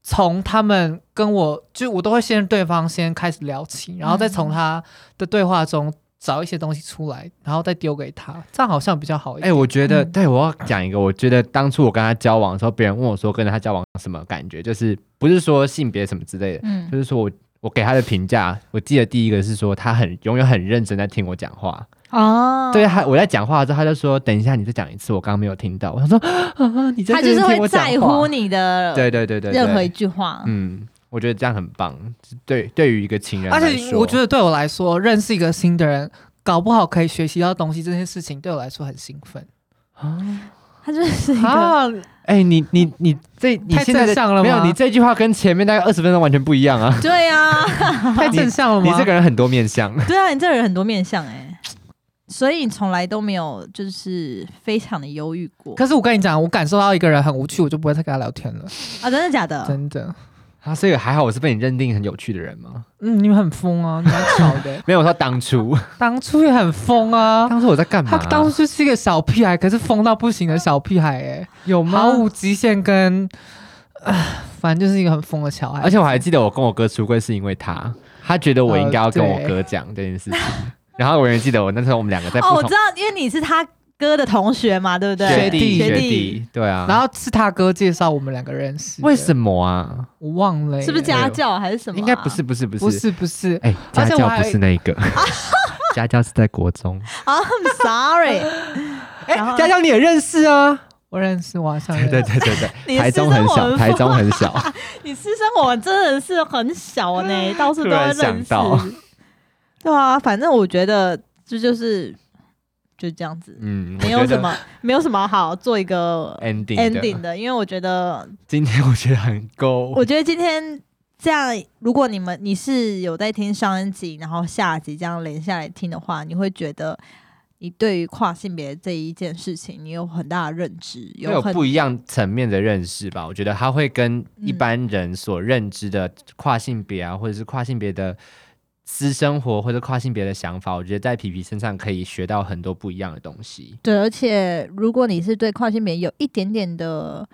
[SPEAKER 3] 从他们跟我，就我都会先对方先开始聊起，然后再从他的对话中找一些东西出来，然后再丢给他，这样好像比较好一
[SPEAKER 1] 哎、
[SPEAKER 3] 点。
[SPEAKER 1] 我觉得，
[SPEAKER 3] 嗯
[SPEAKER 1] 对我要讲一个，我觉得当初我跟他交往的时候，别人问我说跟他交往什么感觉，就是不是说性别什么之类的，
[SPEAKER 4] 嗯
[SPEAKER 1] 就是说我我给他的评价，我记得第一个是说他很永远很认真在听我讲话，
[SPEAKER 2] 哦，
[SPEAKER 1] 对啊他我在讲话的时候，他就说等一下你再讲一次，我刚刚没有听到，我想说啊，你在
[SPEAKER 2] 他
[SPEAKER 1] 这
[SPEAKER 2] 就是
[SPEAKER 1] 边听
[SPEAKER 2] 会
[SPEAKER 1] 我讲话
[SPEAKER 2] 在乎，你的
[SPEAKER 1] 对对对对对，
[SPEAKER 2] 任何一句话。
[SPEAKER 1] 嗯，我觉得这样很棒，对对于一个情人来哦
[SPEAKER 3] 而
[SPEAKER 1] 说，
[SPEAKER 3] 且我觉得对我来说，认识一个新的人，搞不好可以学习到东西，这件事情对我来说很兴 奋
[SPEAKER 2] 他就是一个，
[SPEAKER 3] 啊！
[SPEAKER 1] 啊哎、你你你这你
[SPEAKER 3] 太
[SPEAKER 1] 现在
[SPEAKER 3] 正
[SPEAKER 1] 的
[SPEAKER 3] 向了
[SPEAKER 1] 没有？
[SPEAKER 3] 吗
[SPEAKER 1] 你这句话跟前面大概二十分钟完全不一样啊！
[SPEAKER 2] 对啊，
[SPEAKER 3] 太正向了
[SPEAKER 1] 你
[SPEAKER 3] 吗？
[SPEAKER 1] 这个人很多面相，
[SPEAKER 2] 对啊，你这人很多面相哎、所以你从来都没有就是非常的忧郁过
[SPEAKER 3] 可是我跟你讲，我感受到一个人很无趣，我就不会再跟他聊天了，
[SPEAKER 2] 啊？真的假的？
[SPEAKER 3] 真的。
[SPEAKER 1] 啊，所以还好我是被你认定很有趣的人吗？
[SPEAKER 3] 嗯，你们很疯啊，你蛮吵
[SPEAKER 1] 。
[SPEAKER 3] 的
[SPEAKER 1] 没有，我说当 初，
[SPEAKER 3] 当初也很疯啊，
[SPEAKER 1] 当初我在干嘛
[SPEAKER 3] 他？当初就是一个小屁孩，可是疯到不行的小屁孩、欸，
[SPEAKER 1] 有
[SPEAKER 3] 哎，
[SPEAKER 1] 吗
[SPEAKER 3] 毫？无极限跟，唉反正就是一个很疯的小孩。
[SPEAKER 1] 而且我还记得我跟我哥出柜是因为他，他觉得我应该要跟我哥讲这件事 情。然后我也记得我那时候我们两个在不
[SPEAKER 2] 哦，我
[SPEAKER 1] 同
[SPEAKER 2] 知道，因为你是他哥的同学嘛，对不对？
[SPEAKER 1] 学
[SPEAKER 3] 弟
[SPEAKER 1] 学
[SPEAKER 2] 学
[SPEAKER 1] 弟，对啊。
[SPEAKER 3] 然后是他哥介绍我们两个认识的，
[SPEAKER 1] 为什么啊？
[SPEAKER 3] 我忘了、欸？
[SPEAKER 2] 是不是家教还是什么啊、
[SPEAKER 1] 应该 不是，不是，不
[SPEAKER 3] 不
[SPEAKER 1] 是，
[SPEAKER 3] 是不是，
[SPEAKER 1] 哎，
[SPEAKER 3] 而
[SPEAKER 1] 家
[SPEAKER 3] 且我
[SPEAKER 1] 教
[SPEAKER 3] 还
[SPEAKER 1] 不是那一个，家教是在国中。
[SPEAKER 2] 啊，I'm sorry，
[SPEAKER 1] 哎
[SPEAKER 2] 然后，
[SPEAKER 1] 家教你也认识啊？
[SPEAKER 3] 我认识，我好像
[SPEAKER 1] 对对
[SPEAKER 3] 认识。
[SPEAKER 1] 对对对，
[SPEAKER 2] 你
[SPEAKER 1] 台
[SPEAKER 2] 私
[SPEAKER 1] 中
[SPEAKER 2] 生
[SPEAKER 1] 很
[SPEAKER 2] 活
[SPEAKER 1] 小，
[SPEAKER 2] 很
[SPEAKER 1] 台
[SPEAKER 2] 丰
[SPEAKER 1] 中很小。
[SPEAKER 2] 你私生活真的是很小呢、到处
[SPEAKER 1] 突
[SPEAKER 2] 都会
[SPEAKER 1] 然
[SPEAKER 2] 认
[SPEAKER 1] 想
[SPEAKER 2] 识
[SPEAKER 1] 到。
[SPEAKER 2] 对啊，反正我觉得这就是就这样子，
[SPEAKER 1] 嗯，
[SPEAKER 2] 没有什么没有什么好做一个
[SPEAKER 1] ending 的
[SPEAKER 2] ending 的，因为我觉得
[SPEAKER 1] 今天我觉得很够。
[SPEAKER 2] 我觉得今天这样，如果你们你是有在听上一集，然后下集这样连下来听的话，你会觉得你对于跨性别这一件事情，你有很大的认知，
[SPEAKER 1] 会有
[SPEAKER 2] 很
[SPEAKER 1] 不一样层面的认识吧。我觉得他会跟一般人所认知的跨性别
[SPEAKER 2] 嗯
[SPEAKER 1] 啊，或者是跨性别的私生活，或者跨性别的想法，我觉得在皮皮身上可以学到很多不一样的东西。
[SPEAKER 2] 对，而且如果你是对跨性别有一点点的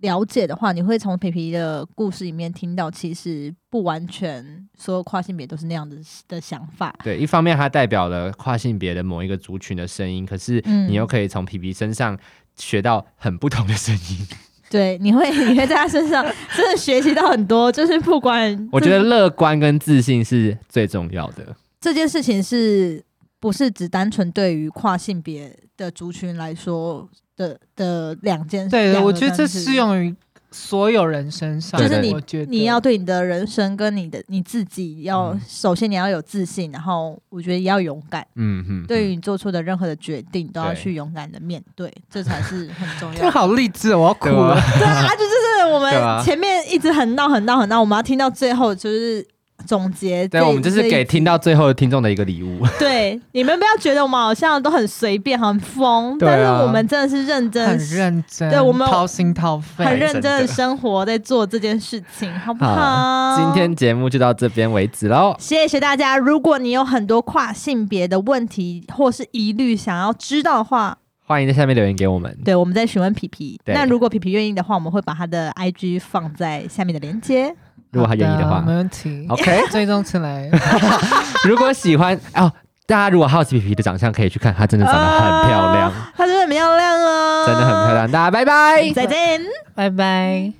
[SPEAKER 2] 了解的话，你会从皮皮的故事里面听到，其实不完全所有跨性别都是那样的的想法。
[SPEAKER 1] 对，一方面它代表了跨性别的某一个族群的声音，可是
[SPEAKER 2] 嗯
[SPEAKER 1] 你又可以从皮皮身上学到很不同的声 音。
[SPEAKER 2] 对，你会你会在他身上真的学习到很多，就是不管
[SPEAKER 1] 我觉得乐观跟自信是最重要的。
[SPEAKER 2] 这件事情是不是只单纯对于跨性别的族群来说的的两件事？
[SPEAKER 3] 对，
[SPEAKER 2] 两个
[SPEAKER 3] 我觉得这
[SPEAKER 2] 单词
[SPEAKER 3] 适用于所有人身上。
[SPEAKER 1] 就是你
[SPEAKER 3] 我觉得
[SPEAKER 2] 你要对你的人生跟你的你自己要，
[SPEAKER 1] 嗯
[SPEAKER 2] 首先你要有自信，然后我觉得也要勇敢。
[SPEAKER 1] 嗯哼，
[SPEAKER 2] 对于你做出的任何的决定，都要
[SPEAKER 1] 对
[SPEAKER 2] 去勇敢的面对，这才是很重
[SPEAKER 3] 这
[SPEAKER 2] 要。
[SPEAKER 3] 好励志哦，我要哭
[SPEAKER 1] 对啊
[SPEAKER 3] 了。
[SPEAKER 2] 对啊，就就是我
[SPEAKER 1] 对啊
[SPEAKER 2] 们前面一直很闹很闹很闹，我们要听到最后就是总结这。
[SPEAKER 1] 对，啊我们就是
[SPEAKER 2] 这一
[SPEAKER 1] 给听到最后的听众的一个礼物。
[SPEAKER 2] 对你们不要觉得我们好像都很随便、很疯，
[SPEAKER 1] 对啊
[SPEAKER 2] 但是我们真的是认
[SPEAKER 3] 很
[SPEAKER 2] 真、
[SPEAKER 3] 认真，
[SPEAKER 2] 啊对我们
[SPEAKER 3] 掏心掏肺，
[SPEAKER 2] 很认
[SPEAKER 1] 真
[SPEAKER 2] 真
[SPEAKER 1] 的
[SPEAKER 2] 的生活在做这件事情，好不
[SPEAKER 1] 好
[SPEAKER 2] 好？
[SPEAKER 1] 今天节目就到这边为止喽。
[SPEAKER 2] 谢谢大家。如果你有很多跨性别的问题或是疑虑想要知道的话，
[SPEAKER 1] 欢迎在下面留言给我们。
[SPEAKER 2] 对，我们在询问皮皮。
[SPEAKER 1] 对
[SPEAKER 2] 那如果皮皮愿意的话，我们会把他的 IG 放在下面的链接。
[SPEAKER 1] 如果他愿意的
[SPEAKER 3] 好
[SPEAKER 1] 话
[SPEAKER 3] 没问题。
[SPEAKER 1] ，OK。
[SPEAKER 3] 追踪起来，
[SPEAKER 1] 如果喜欢哦，大家如果好奇皮皮的长相，可以去看，她真的长得很漂亮，
[SPEAKER 2] 她真的很漂亮哦，
[SPEAKER 1] 真的很漂亮。大家拜拜。
[SPEAKER 2] 再见。
[SPEAKER 4] 拜拜。